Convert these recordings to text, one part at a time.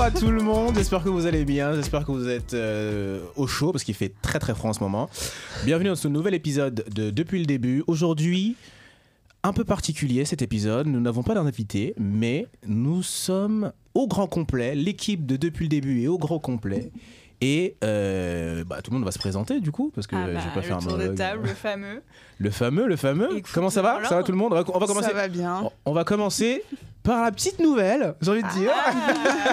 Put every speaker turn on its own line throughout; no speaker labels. à tout le monde. J'espère que vous allez bien. J'espère que vous êtes euh, au chaud parce qu'il fait très très froid en ce moment. Bienvenue dans ce nouvel épisode de Depuis le début. Aujourd'hui, un peu particulier cet épisode. Nous n'avons pas d'invité, mais nous sommes au grand complet. L'équipe de Depuis le début est au grand complet. Et euh, bah, tout le monde va se présenter du coup parce que
Ah bah,
j'ai pas fait un
le tour de
monologue.
table, le fameux.
Le fameux, le fameux.
Écoute,
Comment ça va
alors,
Ça va tout le monde On va- on va
Ça
commencer.
va bien.
On va commencer par la petite nouvelle. J'ai envie de dire.
Ah,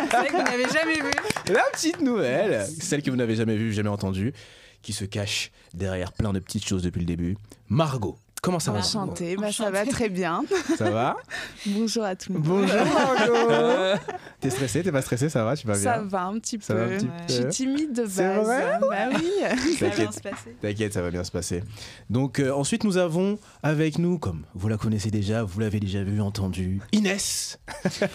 c'est vrai qu'on n'avait jamais vu.
La petite nouvelle, celle que vous n'avez jamais vue, jamais entendue, qui se cache derrière plein de petites choses depuis le début. Margot, comment ça va Margot
Enchantée, bah, ça va très bien.
Ça va
Bonjour à tout le monde.
Bonjour Margot T'es stressée T'es pas stressée Ça va Tu vas bien
Ça va un petit
Ça
peu.
va un petit
Je
peu.
suis timide de base.
C'est vrai
bah oui.
Ça va
T'inquiète.
bien se passer.
T'inquiète, ça va bien se passer. Donc euh, ensuite, nous avons avec nous, comme vous la connaissez déjà, vous l'avez déjà vu, entendu, Inès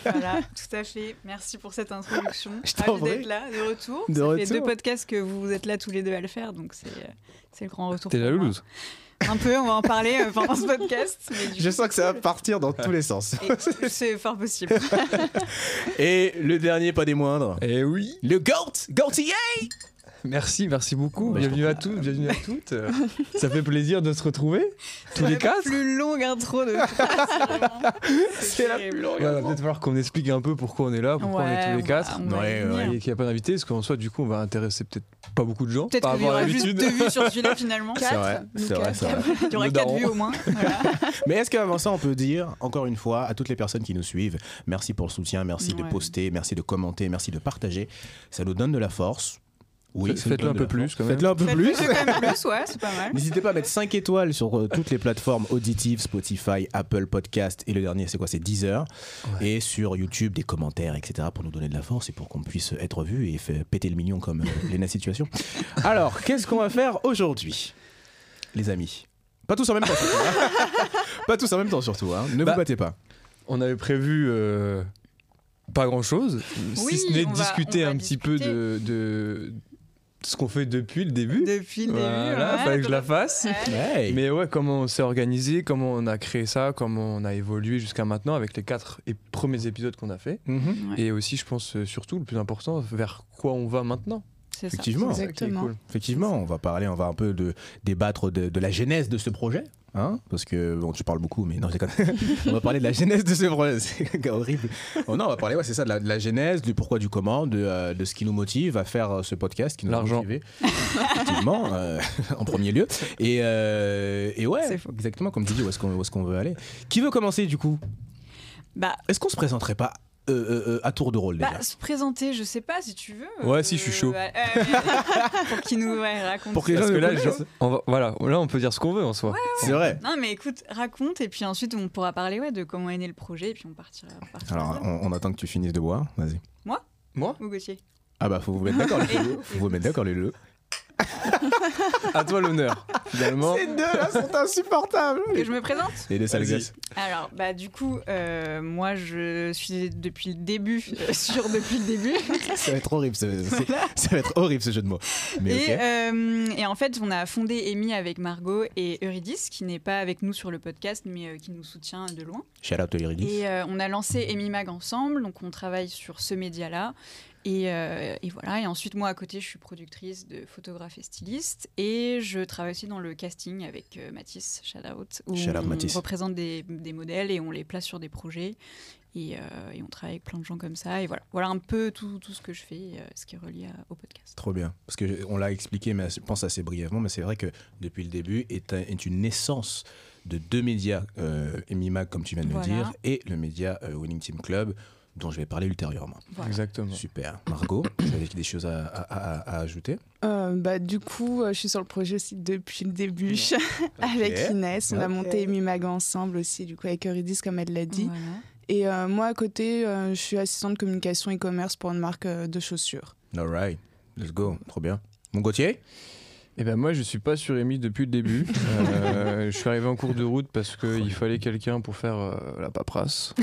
Voilà, tout à fait. Merci pour cette introduction.
Je t'en
Ravi
prie.
d'être là, de retour.
De
ça
retour.
fait deux podcasts que vous êtes là tous les deux à le faire, donc c'est euh, c'est le grand retour.
T'es
pour
la
moi.
loulouse.
Un peu, on va en parler euh, pendant ce podcast. mais du
Je
coup,
sens que ça va partir dans tous les sens.
et- C'est fort possible.
Et le dernier, pas des moindres,
Eh oui.
le GOAT Gaultier
Merci, merci beaucoup.
Bah, je
bienvenue à tous, bienvenue à toutes. Euh, Ça fait plaisir de se retrouver tous les
La
quatre.
plus longue intro de
C'est la
plus longue.
Il va peut-être falloir qu'on explique un peu pourquoi on est là, pourquoi on est tous les quatre.
bah,
euh,
Ouais, ouais.
Et qu'il n'y a pas d'invité, parce qu'en soit du coup, on va intéresser peut-être pas beaucoup de gens.
Peut-être
par
qu'il y
rapport à
aura juste
l'habitude.
deux vues sur celui-là finalement.
C'est vrai, c'est vrai, c'est vrai.
Il y aura
Le
quatre
daron.
vues au moins. Voilà.
Mais est-ce qu'avant ça, on peut dire, encore une fois, à toutes les personnes qui nous suivent, merci pour le soutien, merci de
Ouais.
poster, merci de commenter, merci de partager. Ça nous donne de la force. Oui,
Faites-
ça nous
faites-le
donne
un
de
peu
la
plus,
force.
quand même.
Faites-le un peu
Faites-le
plus.
quand même plus, ouais, c'est pas mal.
N'hésitez pas à mettre 5 étoiles sur euh, toutes les plateformes auditives, Spotify, Apple Podcast et le dernier, c'est quoi C'est Deezer. Et sur YouTube, des commentaires, etc. pour nous donner de la force et pour qu'on puisse être vu et fait péter le million comme euh, Lena Situation. Alors, qu'est-ce qu'on va faire aujourd'hui, les amis Pas tous en même temps, surtout. hein. pas tous en même temps, surtout. hein. Ne
Bah,
vous battez pas.
On avait prévu euh, pas grand-chose,
Oui,
si ce n'est
on
de
va-
discuter
on va
un petit peu
discuter.
de, de ce qu'on fait depuis le début.
Depuis le début.
hein.
Voilà,
ouais.
fallait que je la fasse.
Ouais.
Hey.
Mais ouais, comment on s'est organisé, comment on a créé ça, comment on a évolué jusqu'à maintenant avec les quatre é- premiers épisodes qu'on a fait.
Mhm.
Ouais,
Et aussi, je pense euh, surtout le plus important, vers quoi on va maintenant.
c'est ça.
Effectivement,
Exact. Exactement.
C'est cool.
effectivement, on va parler, on va un peu de, débattre de, de la genèse de ce projet, hein, parce que bon, tu parles beaucoup, mais non, je déconne. on va parler de la genèse de ce projet, c'est horrible. Oh non, on va parler, ouais, c'est ça, de la, de la genèse, du pourquoi, du comment, de, euh, de ce qui nous motive à faire euh, ce podcast, qui nous a
L'argent.
motivés, effectivement, euh, en premier lieu. Et, euh, et ouais,
C'est faux.
exactement comme tu dis, où est-ce qu'on où est-ce qu'on veut aller Qui veut commencer du coup
Bah,
Est-ce qu'on se présenterait pas euh, euh, euh, à tour de rôle déjà
bah, se présenter, je sais pas si tu veux. euh,
Ouais, si, je suis chaud.
ouais, ouais, ouais. pour qu'il nous ouais, raconte.
Pour que les gens
Parce que
nous
là,
connaissent.
je- on va- voilà, là, on peut dire ce qu'on veut en soi.
C'est vrai.
Non, mais écoute, raconte et puis ensuite on pourra parler ouais, de comment est né le projet et puis on partira. on partira
Alors,
là.
on, on attend que tu finisses de boire, vas-y.
Moi
Ou Gauthier.
Ah bah faut vous mettre d'accord les filles. Faut vous mettre d'accord les deux.
À toi l'honneur, finalement.
deux là sont insupportables.
Que je me présente
Les deux sales
Vas-y.
gosses.
Alors, bah, du coup, euh, moi je suis depuis le début, euh, sûre depuis le début.
Ça va être horrible ce, c'est- ça va être horrible ce jeu de mots. Mais
Et,
ok.
euh, et en fait, on a fondé Amy avec Margot et Eurydice, qui n'est pas avec nous sur le podcast, mais euh, qui nous soutient de loin.
Shout out to Eurydice.
Et euh, on a lancé Amy Mag ensemble, donc on travaille sur ce média-là. Et, euh, et voilà. Et ensuite, moi, à côté, je suis productrice de photographe et styliste. Et je travaille aussi dans le casting avec euh, Mathis, shout out, où
Shout out
on
Mathis.
représente des, des modèles et on les place sur des projets. Et, euh, et on travaille avec plein de gens comme ça. Et voilà, voilà un peu tout, tout ce que je fais, euh, ce qui est relié à- au podcast.
Trop bien. Parce que je- on l'a expliqué, mais je pense assez brièvement, mais c'est vrai que depuis le début est, un- est une naissance de deux médias, euh, Emima comme tu viens de
Voilà.
le dire, et le média euh, Winning Team Club dont je vais parler ultérieurement.
Voilà.
Exactement.
Super. Margot, tu avais des choses à, à- à- à ajouter
Euh, bah, du coup, euh, je suis sur le projet aussi depuis le début avec
Ok.
Inès. On a
Ok.
monté Amy Mag ensemble aussi, du coup, avec Eurydice, comme elle l'a dit.
Voilà.
Et euh, moi, à côté, euh, je suis assistante communication e-commerce pour une marque euh, de chaussures.
All right. Let's go. Trop bien. Mon Gauthier
Et ben moi, je suis pas sur Amy depuis le début. Euh, je suis arrivé en cours de route parce qu'il fallait quelqu'un pour faire euh, la paperasse.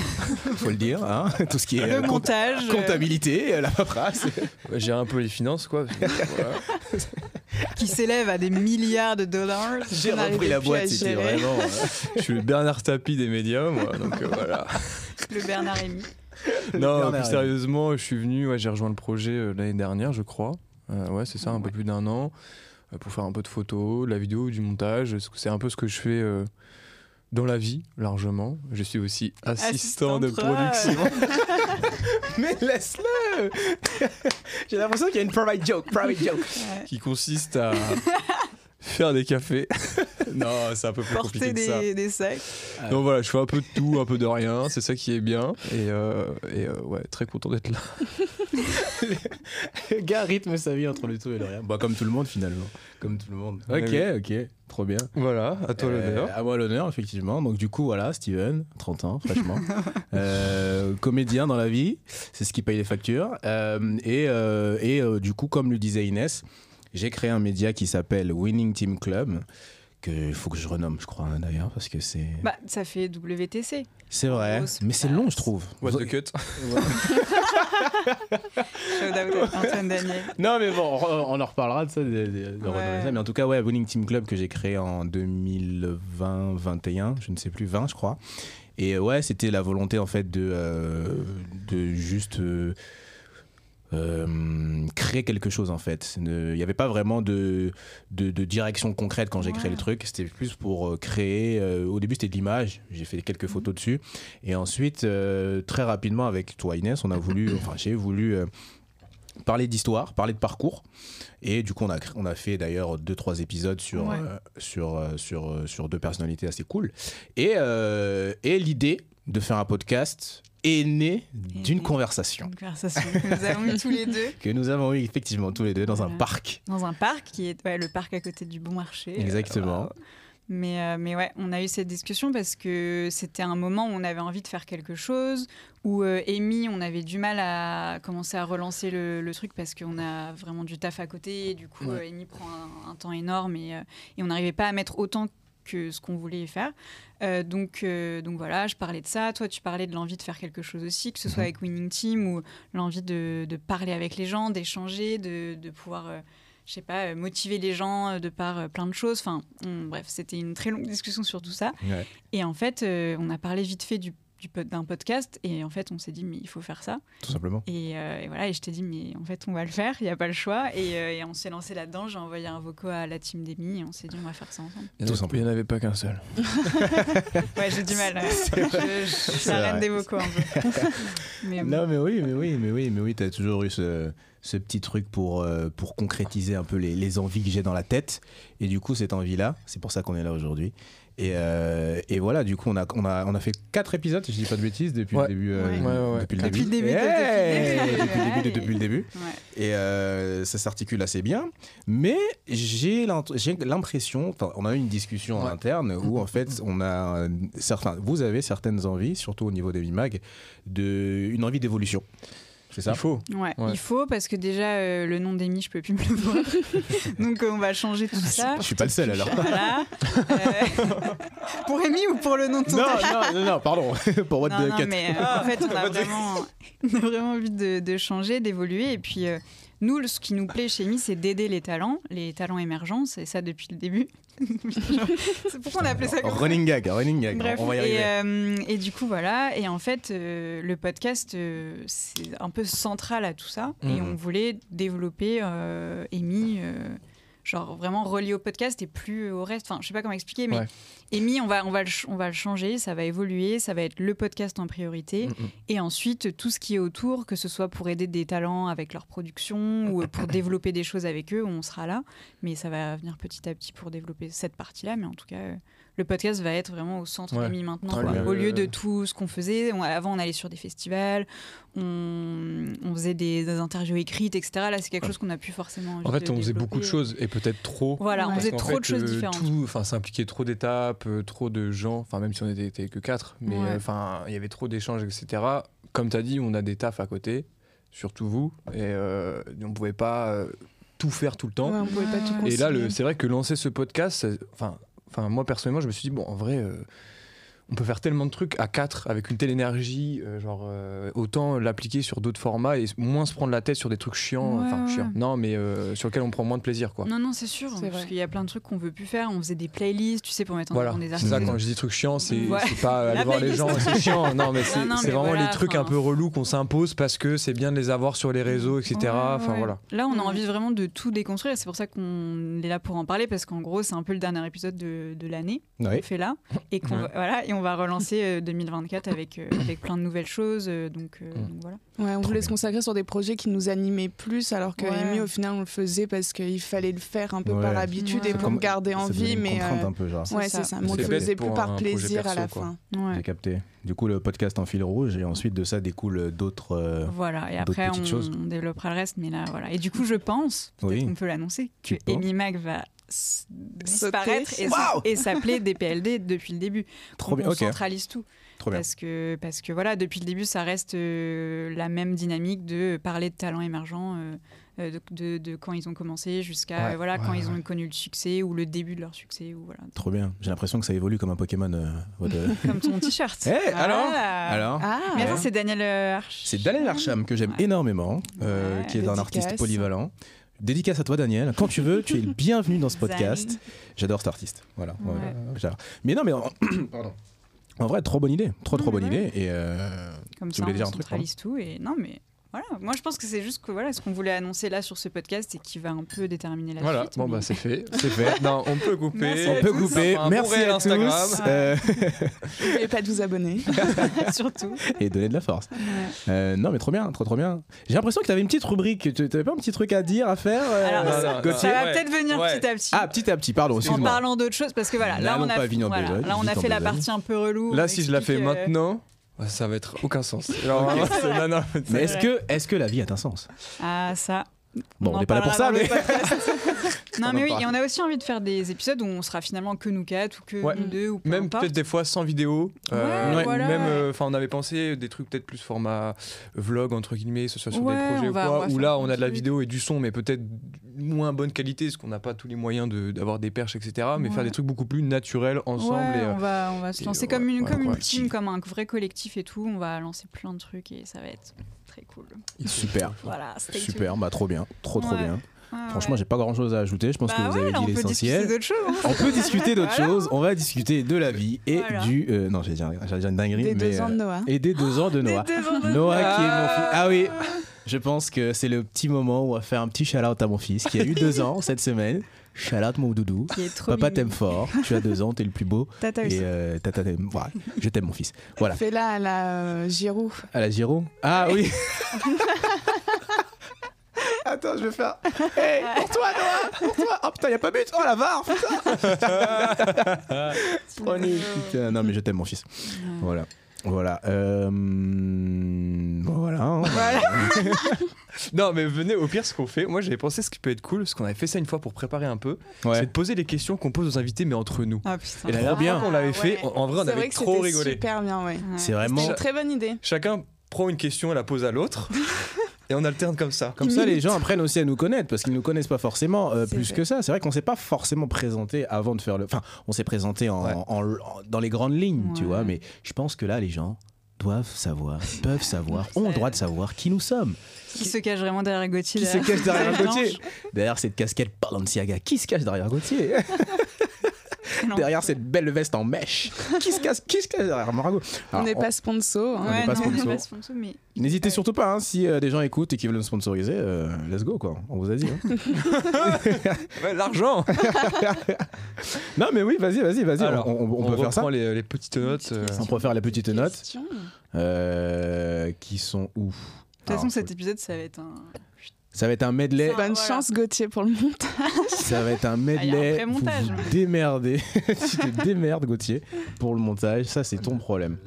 Faut le dire, hein Tout ce qui est
Le
euh, compte-
montage. euh,
comptabilité, euh, la paperasse.
Ouais, Gérer un peu les finances, quoi. parce que, voilà.
qui s'élève à des milliards de dollars.
J'ai
On
repris
arrivait
la
plus à
boîte, c'était
gérer.
vraiment. euh,
Je suis le Bernard Tapie des médias, moi. Donc euh, voilà.
Le Bernard Rémy.
Là,
Non,
on
plus
arrive.
sérieusement, je suis venu, ouais, j'ai rejoint le projet euh, l'année dernière, je crois. Euh, ouais, c'est ça, un peu plus d'un an, euh, pour faire un peu de photos, de la vidéo, du montage. C'est- C'est un peu ce que je fais euh, dans la vie, largement. Je suis aussi assistant de
Assistante,
production.
Mais laisse-le J'ai l'impression qu'il y a une private joke, private joke.
qui consiste à faire des cafés. non, c'est un peu plus compliqué
Porter
que ça.
des, des sacs.
Donc voilà, je fais un peu de tout, un peu de rien, c'est ça qui est bien. Et, euh, et euh, ouais, très content d'être là.
Le gars rythme sa vie entre le tout et le rien. Bah, comme tout le monde finalement. Comme tout le monde. Ok,
Ouais,
ok, trop bien.
Voilà, à toi
Euh,
l'honneur.
À moi l'honneur, effectivement. Donc, du coup, voilà, Steven, 30 ans, fraîchement. Euh, comédien dans la vie, c'est ce qui paye les factures. Euh, et euh, et euh, du coup, comme le disait Inès, j'ai créé un média qui s'appelle Winning Team Club, qu'il faut que je renomme, je crois, hein, d'ailleurs, parce que c'est.
Bah, ça fait WTC.
c'est vrai,
grosse
mais c'est long, je trouve.
What the cut
Shout out à Antoine Daniel.
Non, mais bon, on en reparlera de ça, de, de- de
Ouais.
renommer ça. Mais en tout cas, ouais, Winning Team Club que j'ai créé en 2020-21, je ne sais plus, 20, je crois. Et euh, ouais, c'était la volonté en fait de, euh, de juste euh, euh, créer quelque chose en fait. C'est ne- Il n'y avait pas vraiment de, de, de direction concrète quand j'ai créé
Ouais.
le truc. C'était plus pour euh, créer. euh, au début, c'était de l'image. J'ai fait quelques photos dessus. Et ensuite, euh, très rapidement, avec toi, Inès, on a voulu, enfin, j'ai voulu euh, parler d'histoire, parler de parcours. Et du coup, on a, cr- on a fait d'ailleurs deux, trois épisodes sur,
Ouais.
euh, sur, euh, sur, euh, sur deux personnalités assez cool. Et, euh, et l'idée de faire un podcast est née d'une
née.
conversation
Une conversation que nous avons eue tous les deux
que nous avons eue effectivement tous les deux dans un
Voilà.
parc.
dans un parc qui est ouais, le parc à côté du Bon Marché.
Exactement.
Waouh. Mais, euh, mais ouais, on a eu cette discussion parce que c'était un moment où on avait envie de faire quelque chose, où euh, Amy, on avait du mal à commencer à relancer le, le truc parce qu'on a vraiment du taf à côté. Et du coup,
Ouais.
euh, Amy prend un, un temps énorme et, euh, et on n'arrivait pas à mettre autant que ce qu'on voulait faire. Euh, donc, euh, donc voilà, je parlais de ça. Toi, tu parlais de l'envie de faire quelque chose aussi, que ce soit
Mhm.
avec Winning Team ou l'envie de, de parler avec les gens, d'échanger, de, de pouvoir... euh, je sais pas, euh, motiver les gens euh, de par euh, plein de choses. Enfin, on- bref, c'était une très longue discussion sur tout ça.
Ouais.
Et en fait, euh, on a parlé vite fait du du pod- d'un podcast et en fait on s'est dit mais il faut faire ça
Tout simplement.
et, euh, et voilà et je t'ai dit mais en fait on va le faire il n'y a pas le choix et, euh, et on s'est lancé là-dedans j'ai envoyé un vocaux à la team d'Emmy et on s'est dit on va faire ça ensemble
Il y en a-
Tout
il n'y en avait pas qu'un seul.
ouais j'ai du mal ouais. je, je suis
C'est
la
vrai.
reine des vocaux un peu mais bon.
Non, mais oui, mais oui, mais oui, mais oui, t'as toujours eu ce, ce petit truc pour, euh, pour concrétiser un peu les, les envies que j'ai dans la tête. Et du coup, cette envie-là, c'est pour ça qu'on est là aujourd'hui. Et, euh, et voilà, du coup, on a, on, a, on a fait quatre épisodes, si je dis pas de bêtises, depuis
Ouais.
le début. euh,
Ouais.
Ouais, ouais,
Depuis le
Depuis
début.
le début,
Hey
depuis le
Depuis
début.
le début,
Ouais.
depuis le début.
Ouais.
Et euh, ça s'articule assez bien. Mais j'ai l'int- j'ai l'impression, enfin, on a eu une discussion en
Ouais.
interne où en fait, on a euh, certains, vous avez certaines envies, surtout au niveau des VMAG, de, une envie d'évolution. C'est ça
Il faut.
Ouais,
Ouais.
il faut parce que déjà euh, le nom d'Amy, je peux plus me le voir. Donc euh, on va changer tout ça.
Je suis pas le seul alors.
Voilà. Euh, pour Amy ou pour le nom de ton
Non, non, non, non, pardon. Pour what
Non,
the
non,
cut.
mais euh, en fait, on a vraiment, on a vraiment envie de, de changer, d'évoluer. Et puis, euh, nous, le- ce qui nous plaît chez Mi, c'est d'aider les talents, les talents émergents. C'est ça depuis le début. c'est pourquoi on a appelé ça comme ça.
Running gag, hein, running gag.
Bref,
on va y
et,
arriver.
euh, et du coup, voilà. Et en fait, euh, le podcast, euh, c'est un peu central à tout ça. Et
Mhm.
on voulait développer euh, Amy, euh, genre vraiment relié au podcast et plus au reste. Enfin, je sais pas comment expliquer, mais
Ouais.
Amy, on va, on, va le ch- on va le changer, ça va évoluer, ça va être le podcast en priorité.
Mhm.
Et ensuite, tout ce qui est autour, que ce soit pour aider des talents avec leur production ou pour développer des choses avec eux, on sera là. Mais ça va venir petit à petit pour développer cette partie-là. Mais en tout cas, euh, le podcast va être vraiment au centre
Ouais.
de mi maintenant.
Très Euh,
quoi.
bien.
Au lieu de tout ce qu'on faisait, on- avant on allait sur des festivals, on, on faisait des, des interviews écrites, etc. Là, c'est quelque chose qu'on n'a plus forcément envie
En fait,
de
on faisait beaucoup de
développer.
choses et peut-être trop.
Voilà, on
Ouais.
faisait
Parce
trop
qu'en
de
fait,
choses
euh,
différentes.
tout- enfin, ça impliquait trop d'étapes, euh, trop de gens. Enfin, même si on était que quatre, mais
Ouais.
euh, enfin, il y avait trop d'échanges, etc. Comme tu as dit, on a des tafs à côté, surtout vous, et euh, on pouvait pas euh, tout faire tout le temps.
Ouais, on pouvait pas tout
Et
concilier.
Et là, le- c'est vrai que lancer ce podcast, ça- enfin, enfin, moi personnellement, je me suis dit bon, en vrai, euh, on peut faire tellement de trucs à quatre avec une telle énergie, euh, genre euh, autant l'appliquer sur d'autres formats et s- moins se prendre la tête sur des trucs chiants,
Ouais,
enfin
ouais.
chiants, non mais euh, sur lesquels on prend moins de plaisir quoi.
Non, non, c'est sûr.
C'est
parce
vrai.
qu'il y a plein de trucs qu'on veut plus faire. On faisait des playlists, tu sais, pour mettre en
Voilà,
avant des
c'est
artistes.
ça quand je dis trucs chiants, c'est
Ouais.
c'est pas euh,
La
aller voir les gens,
playlist.
c'est chiant. Non mais c'est
non,
c'est
mais
vraiment
voilà,
les trucs un
enfin.
peu relous qu'on s'impose parce que c'est bien de les avoir sur les réseaux, etc.
Ouais, ouais,
Enfin
ouais.
voilà.
Là, on a envie vraiment de tout déconstruire. et C'est pour ça qu'on est là pour en parler, parce qu'en gros, c'est un peu le dernier épisode de, de l'année
Oui.
qu'on fait là. Et, qu'on
Ouais.
va- voilà, et on va relancer euh, 2024 avec, euh, avec plein de nouvelles choses. euh, donc, euh,
Mm.
donc voilà.
Ouais, on
Trop bien.
voulait se consacrer sur des projets qui nous animaient plus, alors que
Ouais.
Amy, au final, on le faisait parce qu'il fallait le faire un peu
Ouais.
par habitude
Ouais.
et pour
Comme-
garder
Ça devient
envie.
une
Mais
contrainte hein.
euh,
un peu, genre.
ouais,
C'est
c'est
ça.
ça. Mais on
C'est
le
bête
faisait
pour
plus
un
par
projet
plaisir à la
perso, quoi.
fin.
Ouais.
J'ai capté. Du coup, le podcast en fil rouge et ensuite de ça découle d'autres. euh,
Voilà, et
D'autres
après
petites
on,
choses.
on développera le reste, mais là voilà. Et du coup, je pense, peut-être
Oui.
qu'on peut l'annoncer,
Tu
que
penses
Amy Mac va s- disparaître et, s-
Waouh
et s'appeler DPLD depuis le début.
Trop
Donc,
bien.
On
Ok.
centralise tout.
Trop bien.
Parce que, parce que voilà, depuis le début, ça reste euh, la même dynamique de parler de talents émergents, euh, euh, de, de- de quand ils ont commencé jusqu'à
Ouais,
euh, voilà,
ouais,
quand ils ont connu le succès ou le début de leur succès. Ou, voilà.
Trop bien. J'ai l'impression que ça évolue comme un Pokémon. euh, votre-
Comme ton t-shirt.
Eh, alors
Voilà.
Alors
Ah,
Mais attends, c'est Daniel euh, Arch.
C'est Daniel Archam que j'aime
Ouais.
énormément, euh,
Ouais.
qui est un
Dédicace.
artiste polyvalent. Dédicace à toi, Daniel. Quand tu veux, tu es le bienvenu dans ce podcast. J'adore cet artiste. Voilà.
Ouais.
Ouais, j'adore. Mais non, mais en... pardon. En vrai, trop bonne idée. Trop, trop
Non, mais
bonne
Mm, ouais.
idée. Et euh,
Comme
Tu
ça,
voulais dire
on
un truc,
centralise tout. Et non, mais voilà. Moi, je pense que c'est juste que voilà ce qu'on voulait annoncer là sur ce podcast et qui va un peu déterminer la
Voilà,
suite.
bon
mais-
bah c'est fait, c'est fait. Non, on peut couper.
Merci
on
à
peut
tous.
couper.
Enfin, un bon
Merci
réel
à
Instagram.
tous. Euh,
N'oubliez pas de vous abonner.
Ah
surtout.
et donner de la force. Euh, non, mais trop bien, trop trop bien. J'ai l'impression que tu avais une petite rubrique, tu avais pas un petit truc à dire, à faire euh,
Alors,
non, non,
Gauthier
Ça va
Ouais.
peut-être venir
Ouais.
petit à petit.
Ah, petit à petit, pardon,
en
excuse-moi.
parlant d'autre chose, parce que voilà, là
N'allons
on a,
pas vite en
voilà,
besogne,
là, on a
vite en
fait la
besogne.
partie un peu relou.
Là,
on
si je la fais
explique, euh,
maintenant, bah, ça va être aucun sens. Alors,
Ok.
vraiment, c'est- non, non,
Mais
C'est
est-ce
vrai.
que, est que la vie a un sens
Ah, ça.
Bon, on
en
n'est pas là pour ça,
parlera
mais.
dans le podcast. non,
On
mais
en
oui,
parle.
et on a aussi envie de faire des épisodes où on sera finalement que nous quatre ou que
Ouais.
nous deux ou peu
Même
importe.
peut-être des fois sans vidéo.
Ouais,
ou
voilà.
Même, euh, enfin, on avait pensé des trucs peut-être plus format vlog entre guillemets, ce soit sur
Ouais,
des projets
on
ou
va- on
quoi.
va
Où
faire
là,
plein
on
de
a de la
trucs.
vidéo et du son, mais peut-être moins bonne qualité, parce qu'on n'a pas tous les moyens de- d'avoir des perches, etc. Mais
Ouais.
faire des trucs beaucoup plus naturels ensemble.
Ouais,
et, euh,
on va, on va se
et,
lancer
ouais,
comme une,
ouais,
comme une
ouais.
team, comme un vrai collectif et tout. On va lancer plein de trucs et ça va être très cool.
il faut-
Super.
Voilà, stay tuned.
Super, bah trop bien, trop trop
Ouais.
bien.
Ouais, ouais.
Franchement, j'ai pas grand chose à ajouter, je pense
Bah
que vous
ouais,
avez
là,
dit
on peut discuter
l'essentiel.
d'autres choses. hein.
On peut discuter d'autres
Voilà.
choses, on va discuter de la vie et
Voilà.
du. euh, non, j'allais dire, j'allais dire une dinguerie,
Des
mais.
deux ans
euh,
de Noah.
Et des deux ans de Noah.
Des deux ans de-
Noah qui est mon fils. Ah oui, je pense que c'est le petit moment où on va faire un petit shout-out à mon fils qui a eu deux ans cette semaine. Shout-out mon doudou.
Qui est trop
Papa
mignon.
t'aime fort, tu as deux ans, t'es le plus beau.
Tata aussi.
Et euh, tata t'aime. Voilà, je t'aime mon fils. Voilà,
Fais-la à la euh, Giroud.
à la Giro. Ah oui Attends, je vais faire. Hey, pour toi, Noah Pour toi Oh putain, y a pas but Oh la barre Trop nul, putain. Non, mais je t'aime, mon fils. Voilà. Voilà. Euh... bon, Voilà. hein.
Voilà.
Non, mais venez, au pire, ce qu'on fait, moi j'avais pensé ce qui peut être cool, parce qu'on avait fait ça une fois pour préparer un peu, c'est
Ouais.
de poser les questions qu'on pose aux invités, mais entre nous.
Ah putain.
Et la
Trop
dernière
bien.
fois qu'on l'avait
Ah,
fait,
ouais.
en- en vrai, on
C'est
avait
que
trop
c'était
rigolé.
Super bien, ouais.
Ouais.
C'est
C'était
vraiment.
une très bonne idée.
Chacun prend une question et la pose à l'autre, et on alterne comme ça.
Comme ça, les gens apprennent aussi à nous connaître parce qu'ils nous connaissent pas forcément euh,
C'est
plus
vrai.
que ça. C'est vrai qu'on s'est pas forcément présenté avant de faire le. Enfin, on s'est présenté en,
Ouais.
en- en- dans les grandes lignes, tu
Ouais.
vois. Mais je pense que là, les gens doivent savoir, peuvent savoir, ont le droit de savoir qui nous sommes.
Qui se cache vraiment derrière Gauthier
Qui se
derrière-
cache derrière
derrière
Gauthier
Blanche
Derrière cette casquette Balenciaga, qui se cache derrière Gauthier
Non.
Derrière cette belle veste en mèche, qui se cache, qui se cache derrière Marago
on
Alors,
n'est
Ah, on-
pas sponsor. hein.
n'est pas
non, on n'est
sponsor.
pas sponsor, mais
N'hésitez
Ouais.
surtout pas, hein, si euh, des gens écoutent et qui veulent nous sponsoriser, euh, let's go quoi, on vous a dit. hein.
Ouais, L'argent
non mais oui, vas-y, vas-y, vas-y, on,
Alors,
on- on peut faire ça.
reprend les, les petites notes. euh,
On peut faire les petites notes
Question.
euh, qui sont où
de toute façon,
Alors,
cet épisode, ça va être un.
ça va être un medley,
Ah,
Bonne
voilà.
chance, Gauthier, pour le montage.
ça va être un
Ah, il y a un
medley. vous
pré-montage.
vous démerdez, tu te démerdes Gauthier pour le montage, ça c'est ton problème.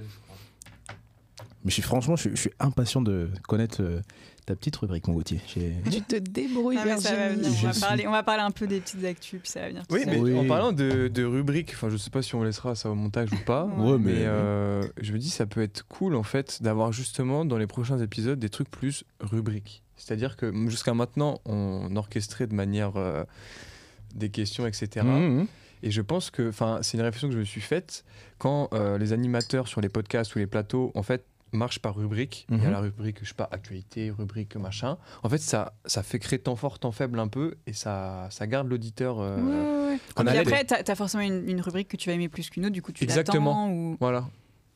Mais je suis franchement, je suis, je suis impatient de connaître euh, ta petite rubrique mon Gauthier. J'ai-
Tu te débrouilles,
Ah, mais ça va
Virginie.
venir, on, va
suis-
parler, on va parler un peu des petites actus, puis ça va venir. tout
Oui,
seul.
mais
Oui.
en parlant de, de rubriques, enfin, je sais pas si on laissera ça au montage ou pas.
Ouais,
Ouais, mais,
Mais euh, je me dis, ça peut être cool en fait d'avoir justement dans les prochains épisodes des trucs plus rubriques. C'est-à-dire que jusqu'à maintenant, on orchestrait de manière euh, des questions, etc.
Mhm.
Et je pense que, enfin, c'est une réflexion que je me suis faite quand euh, les animateurs sur les podcasts ou les plateaux, en fait, marchent par rubrique. Il y a
Mhm.
la rubrique, je sais pas, actualité, rubrique machin. En fait, ça, ça fait créer temps fort, temps faible un peu, et ça, ça garde l'auditeur. euh,
On
Et
a
puis
l'aide.
après, t'as as forcément une, une rubrique que tu vas aimer plus qu'une autre, du coup tu
Exactement.
l'attends. Ou...
Voilà.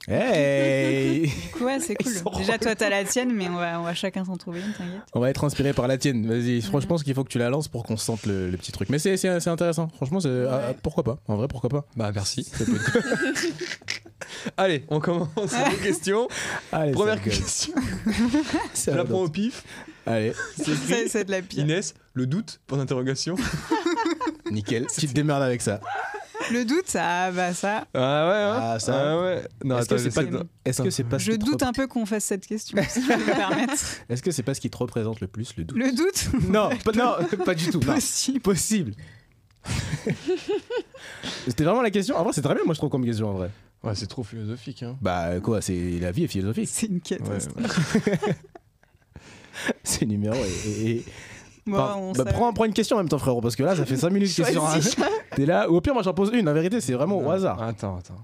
Hey
Du coup, ouais, c'est
Ils
cool.
sont
Déjà, toi, t'as la tienne, mais on va, on va chacun s'en trouver une, t'inquiète.
On va être inspiré par la tienne. Vas-y, franchement, je
Mhm.
pense qu'il faut que tu la lances pour qu'on sente le, le petit truc. Mais c'est c'est- c'est intéressant. Franchement, c'est- ah, ah, pourquoi pas En vrai, pourquoi pas
Bah merci. Allez, on commence les questions.
Allez,
Première
ça gueule.
question.
Ça
Je la
va
prends
dans-
au pif.
Allez,
C'est
Ça,
écrit.
c'est de la pire.
Inès, le doute, point d'interrogation.
nickel. Tu te démerdes avec ça.
Le doute, ça, bah ça.
Ah ouais, hein.
Ah, ça.
Ah ouais. Non,
Est-ce que
attends,
c'est
j'essaie
pas-
de-
Est-ce que c'est pas ce
Je
qui te
doute hein.
rep-
un peu qu'on fasse cette question, si je peux me permettre.
Est-ce que c'est pas ce qui te représente le plus le doute
Le doute
Non, pas, non, pas du tout. non.
Possible.
Possible. C'était vraiment la question. En vrai, c'est très bien. Moi, je trouve comme question en vrai.
Ouais, c'est trop philosophique. Hein.
Bah quoi, c'est la vie est philosophique.
C'est une quête.
Ouais, ouais.
C'est numéro et. et- et-
Bon,
Par-
on
bah,
sait.
prends, prends une question en même temps, frérot, parce que là, ça fait 5 minutes que tu es sur un-
Choisis.
T'es là, ou au pire, moi j'en pose une, en vérité, c'est vraiment au
Non,
hasard.
Attends, attends.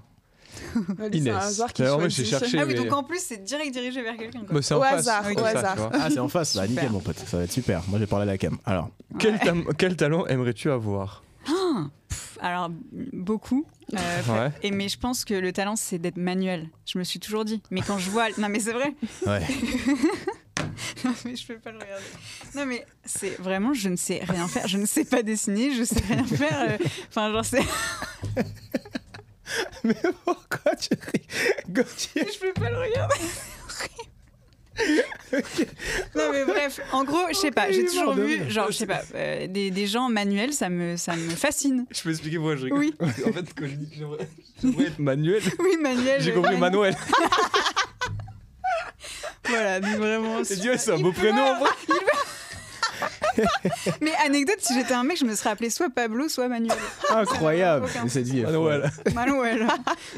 C'est un
Inès.
hasard qui
Ah ouais, j'ai
choisit.
cherché.
Ah oui,
mais-
donc en plus, c'est direct dirigé vers quelqu'un. quoi.
Bah, c'est
Au
en face,
hasard,
comme
au
ça, tu
hasard.
vois.
Ah, c'est en face, bah
Super.
nickel, mon pote, ça va être super. Moi, je vais parler à la cam. Alors,
Quel, tam- quel talent aimerais-tu avoir
Ah, pff, alors, beaucoup. Euh,
Ouais.
Et mais je pense que le talent, c'est d'être manuel. Je me suis toujours dit. Mais quand je vois, non mais c'est vrai.
ouais.
Non, mais je peux pas le regarder. Non mais c'est vraiment, je ne sais rien faire. Je ne sais pas dessiner. Je sais rien faire. euh, Enfin, genre c'est,
Mais pourquoi tu ris Gauthier
je peux pas le regarder. Non mais bref, en gros, je sais pas, j'ai toujours vu, genre je sais pas, euh, des, des gens manuels, ça me, ça me fascine.
Je peux expliquer pourquoi je rigole
Oui.
En fait, quand je dis que j'aimerais j'aimerais être manuel,
Oui, manuel.
j'ai compris
manuel.
Manuel.
Voilà, donc vraiment.
J'ai dit, ouais, c'est un
Il
beau
pleure.
prénom en vrai.
Mais anecdote, si j'étais un mec, je me serais appelé soit Pablo, soit Manuel.
Incroyable
Aucun.
Et cette vie est
Manuel.
Manuel.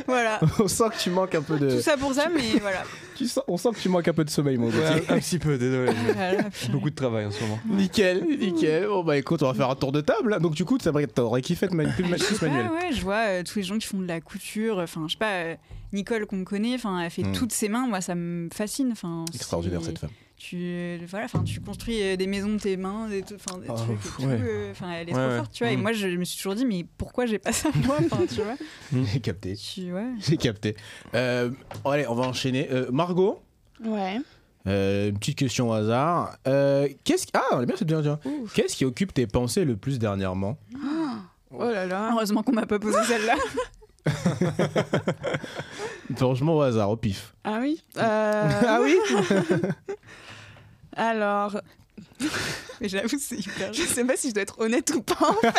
Voilà.
folle. On sent que tu manques un peu de.
Tout ça pour ça, mais voilà.
tu sens- On sent que tu manques un peu de sommeil, mon
Ouais,
Gauthier.
un, un petit peu, désolé.
Voilà,
J'ai
purée.
beaucoup de travail en ce moment.
Nickel, nickel. Bon, bah écoute, on va faire un tour de table. hein. Donc, du coup, ça va- t'aurais kiffé de manipuler
Je sais
le
pas,
manuel.
ouais, je vois euh, tous les gens qui font de la couture. Enfin, je sais pas, euh, Nicole qu'on connaît, enfin, elle fait
Hmm.
toutes ses mains. Moi, ça me fascine. Enfin, c'est-
Extraordinaire, cette femme.
Tu euh, voilà, enfin, tu construis euh, des maisons de tes mains, des, trucs- enfin, des
Oh,
trucs. et
pff,
tout,
ouais.
euh, Enfin, elle est
Ouais,
trop
ouais.
forte, tu vois. Et
Hmm.
moi, je me suis toujours dit, mais pourquoi j'ai pas ça moi Enfin, tu vois.
J'ai capté.
Tu ouais.
J'ai capté. Euh, allez, on va enchaîner. Euh, Margot,
Ouais.
euh, une petite question au hasard. Euh, Qu'est-ce qui- Ah, elle est bien cette dernière.
Ouf.
Qu'est-ce qui occupe tes pensées le plus dernièrement
Oh là là.
Heureusement qu'on m'a pas posé celle-là.
Franchement, au hasard, au pif.
Ah oui. Euh,
Ah oui
Alors,
Mais j'avoue, c'est hyper.
je sais pas si je dois être honnête ou pas. en fait.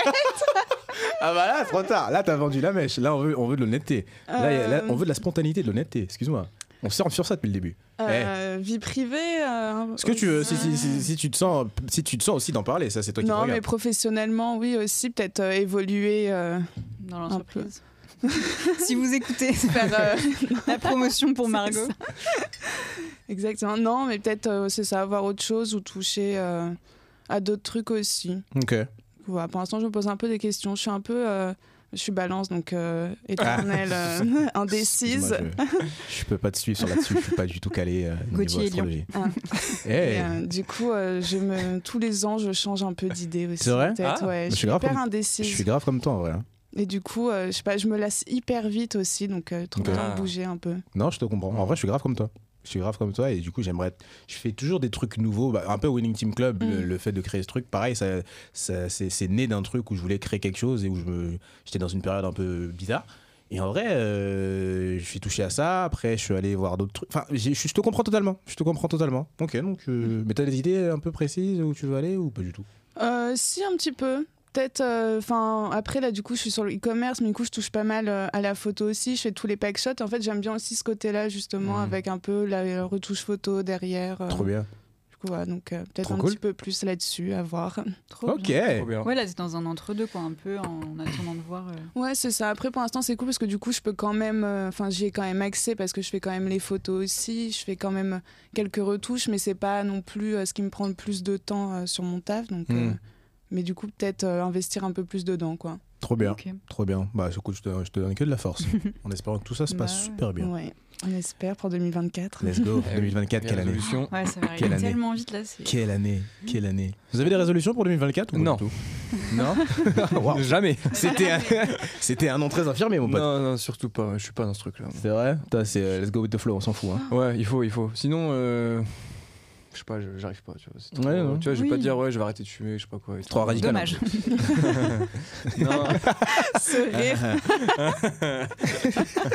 Ah bah là, trop tard. Là, t'as vendu la mèche. Là, on veut, on veut de l'honnêteté. Là, y a- là,
Euh,
on veut de la spontanéité, de l'honnêteté. Excuse-moi. On sort sur ça depuis le début.
euh, vie privée. euh,
Eh. Ce que tu veux, si, si-
euh,
si- si tu te sens, si tu te sens aussi d'en parler, ça c'est toi qui te
Non, mais
regarde.
professionnellement, oui aussi, peut-être euh, évoluer, euh,
dans l'entreprise. si vous écoutez faire
faire, euh,
la promotion pour
C'est
Margot.
exactement. Non, mais peut-être euh, c'est ça, avoir autre chose ou toucher euh, à d'autres trucs aussi.
Ok.
Voilà, pour l'instant, je me pose un peu des questions. Je suis un peu, euh, je suis balance, donc euh,
Ah.
éternelle, euh, indécise.
Excuse-moi, Je, je peux pas te suivre sur là-dessus. Je suis pas du tout calé. euh, niveau
Gauthier et Lyon.
astrologie. Eh,
Et,
Hey.
euh, du coup, euh, je me... tous les ans, je change un peu d'idée aussi.
C'est vrai
peut-être,
Ah,
ouais.
je
Je
suis
suis
grave
hyper
comme- Je
indécise.
suis grave comme toi en vrai. hein.
Et du coup, euh, je sais pas, je me lasse hyper vite aussi, donc euh, trop
Ok.
besoin
Ah.
de bouger un peu.
Non, je te comprends. En vrai, je suis grave comme toi. Je suis grave comme toi et du coup, j'aimerais. Je fais toujours des trucs nouveaux. Bah, un peu Winning Team Club, le,
Mm.
le fait de créer ce truc, pareil, ça, ça- c'est c'est né d'un truc où je voulais créer quelque chose et où je me- j'étais dans une période un peu bizarre. Et en vrai, euh, je suis touché à ça. Après, je suis allé voir d'autres trucs. Enfin, j'ai- je te comprends totalement. Je te comprends totalement. Ok, donc. euh, Mais t'as des idées un peu précises où tu veux aller ou pas du tout
Euh, si, un petit peu. Peut-être, euh, enfin, après là, du coup, je suis sur le e-commerce, mais du coup, je touche pas mal euh, à la photo aussi. Je fais tous les pack shots. En fait, j'aime bien aussi ce côté-là, justement,
Mhm.
avec un peu la euh, retouche photo derrière. euh,
Hmm. Trop bien.
du coup, voilà, donc, euh, peut-être
Trop
un
cool.
petit peu plus là-dessus, à voir.
Ok.
Trop bien.
Ouais, là, t'es dans un entre-deux, quoi, un peu, en attendant de voir. euh.
Ouais, c'est ça. Après, pour l'instant, c'est cool parce que du coup, je peux quand même. euh, Enfin, j'y ai quand même accès parce que je fais quand même les photos aussi. Je fais quand même quelques retouches, mais c'est pas non plus euh, ce qui me prend le plus de temps euh, sur mon taf. Donc,
Mm.
euh, Mais du coup, peut-être euh, investir un peu plus dedans, quoi.
Trop bien,
Ok.
trop bien. Bah écoute, je te, je te donne que de la force. en espérant que tout ça se
Bah
passe
ouais.
super bien.
Ouais, on espère pour 2024.
Let's go.
Eh oui,
2024,
Et
quelle année
résolution.
Ouais, ça va
Quelle
arriver
année
tellement vite là. c'est-
Quelle année Quelle année Vous avez des résolutions pour 2024 ou pas
Non.
du tout
Non,
Wow.
jamais.
C'était un, c'était un nom très infirmé, mon pote.
Non, non, surtout pas. ouais, Je suis pas dans ce truc-là.
C'est vrai Putain, C'est euh, let's go with the flow, on s'en fout. hein.
Ouais, il faut, il faut. Sinon, euh, je sais pas, je- j'arrive pas. Tu vois, c'est trop-
Ouais, ouais.
tu vois je vais pas
Oui.
dire ouais, je vais arrêter de fumer, je sais pas quoi. et
trop
tout.
radical.
Dommage.
Non,
Ce rire.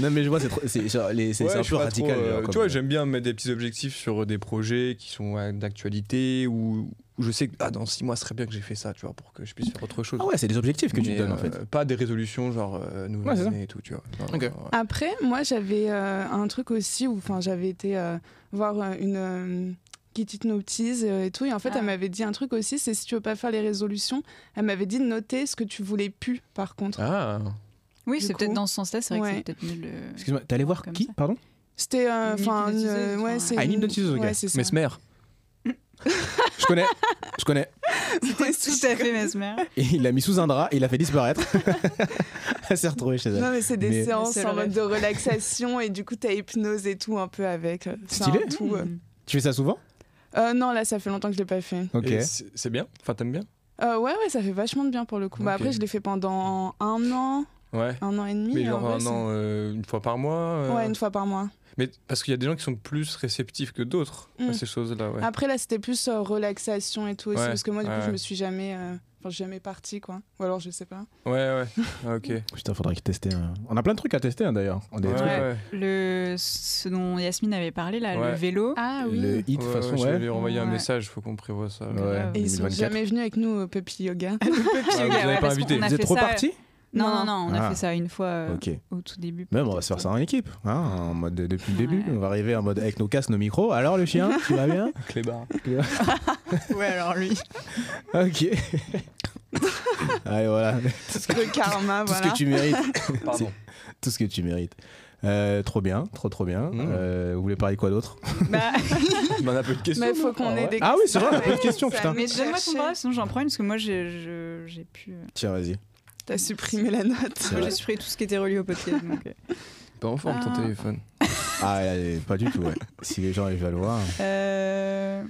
non, mais je vois, c'est trop- c'est genre les- c'est-
Ouais,
c'est un
je suis
peu
pas
radical.
trop, euh,
genre, comme-
tu vois, j'aime bien mettre des petits objectifs sur des projets qui sont ouais, d'actualité ou où je sais que ah, dans six mois, ce serait bien que j'ai fait ça, tu vois, pour que je puisse faire autre chose.
Ah ouais, c'est des objectifs que tu
Mais,
te donnes en
euh,
fait.
Pas des résolutions genre euh, nouvelle
Ouais, c'est ça.
année et tout, tu vois. Enfin,
Ok.
ouais.
Après, moi, j'avais euh, un truc aussi où, enfin, j'avais été euh, voir euh, une euh, Kitty Knopties euh, et tout, et en fait,
Ah.
elle m'avait dit un truc aussi, c'est si tu veux pas faire les résolutions, elle m'avait dit de noter ce que tu voulais plus, par contre.
Ah,
Oui,
Du
c'est peut-être
coup.
dans ce sens-là, c'est vrai que
Ouais.
c'est peut-être mieux le.
Excuse-moi, t'es allé voir
Comme
qui
ça.
Pardon
C'était, euh,
Une
enfin, une,
hypnotiseuse,
euh,
enfin,
ouais, c'est
Ah, une hypnotiseuse, ok.
ouais, c'est ça.
Mesmer. je connais, je connais.
C'était tout à fait mesmer.
Et il l'a mis sous un drap et il l'a fait disparaître. Elle s'est retrouvée chez elle.
Non, mais c'est des
Mais-
séances
C'est le
en mode
rêve.
de relaxation et du coup, t'as hypnose et tout un peu avec. euh, c'est
Stylé.
un tout, euh.
Mhm.
Tu fais ça souvent
Euh, non, là, ça fait longtemps que je l'ai pas fait.
Ok.
Et C'est c'est bien Enfin, t'aimes bien
Euh, ouais, ouais, ça fait vachement de bien pour le coup. Bah,
Ok.
après, je l'ai fait pendant un an,
Ouais.
Ah
un an et demi.
Mais
et en
genre
vrai,
un
c'est-
an, euh, une fois par mois. euh,
Ouais, une fois par mois.
Mais parce qu'il y a des gens qui sont plus réceptifs que d'autres à
Mm.
ces choses-là.
Ah.
Ouais.
Après, là, c'était plus euh, relaxation et tout aussi,
Ouais,
parce que moi, du coup,
ouais,
je
ouais.
me suis jamais. euh, Enfin, je suis jamais partie, quoi. Ou alors, je sais pas.
Ouais, ouais. Ah, ok. Ouais,
Putain, faudrait que tester. hein. On a plein de trucs à tester hein, d'ailleurs. On a des
ouais,
trucs,
Ouais.
ouais.
Le... Ce dont Yasmine avait parlé, là,
Ouais.
le vélo.
Ah
Le hit, de toute
Ouais,
façon,
ouais, Je vais
ouais.
lui renvoyer un
Ouais.
message, faut qu'on prévoie ça.
Ouais,
grave.
Et ils sont
2024.
jamais venus avec nous au Puppy Yoga.
Ah, vous
ouais,
avez pas
parce qu'on
invité.
a
Vous êtes
fait
trop
ça-
partis
Non, non,
Non.
non, on a
Ah.
fait ça une fois euh,
Ok.
au tout début.
Même on va se faire ça en équipe, hein, en mode de- depuis le début.
Ouais.
On va arriver en mode avec nos casques, nos micros. Alors le chien, tu vas bien
Clébar.
Ouais, alors lui.
Ok. Allez voilà,
Le karma,
tout ce
voilà.
que tu mérites,
Pardon.
tout ce que tu mérites. Euh, trop bien, trop trop bien.
Mm.
Euh, vous voulez parler de quoi d'autre
Bah,
On en a peu de questions.
Mais il faut
non
qu'on
Ah
ait
ouais.
des
Ah oui, c'est vrai, on a plein de
Ouais,
questions,
ça
putain.
m'est
mais donne-moi ton
cherché.
bras, sinon j'en prends une, parce que moi j'ai je- j'ai pu. euh,
Tiens, vas-y.
T'as supprimé la note.
C'est
Moi
vrai.
j'ai supprimé tout ce qui était relié au podcast. donc, euh.
Pas en forme ton
Ah.
téléphone.
Ah, elle est- pas du tout. ouais. Si les gens arrivent à le voir,
Euh,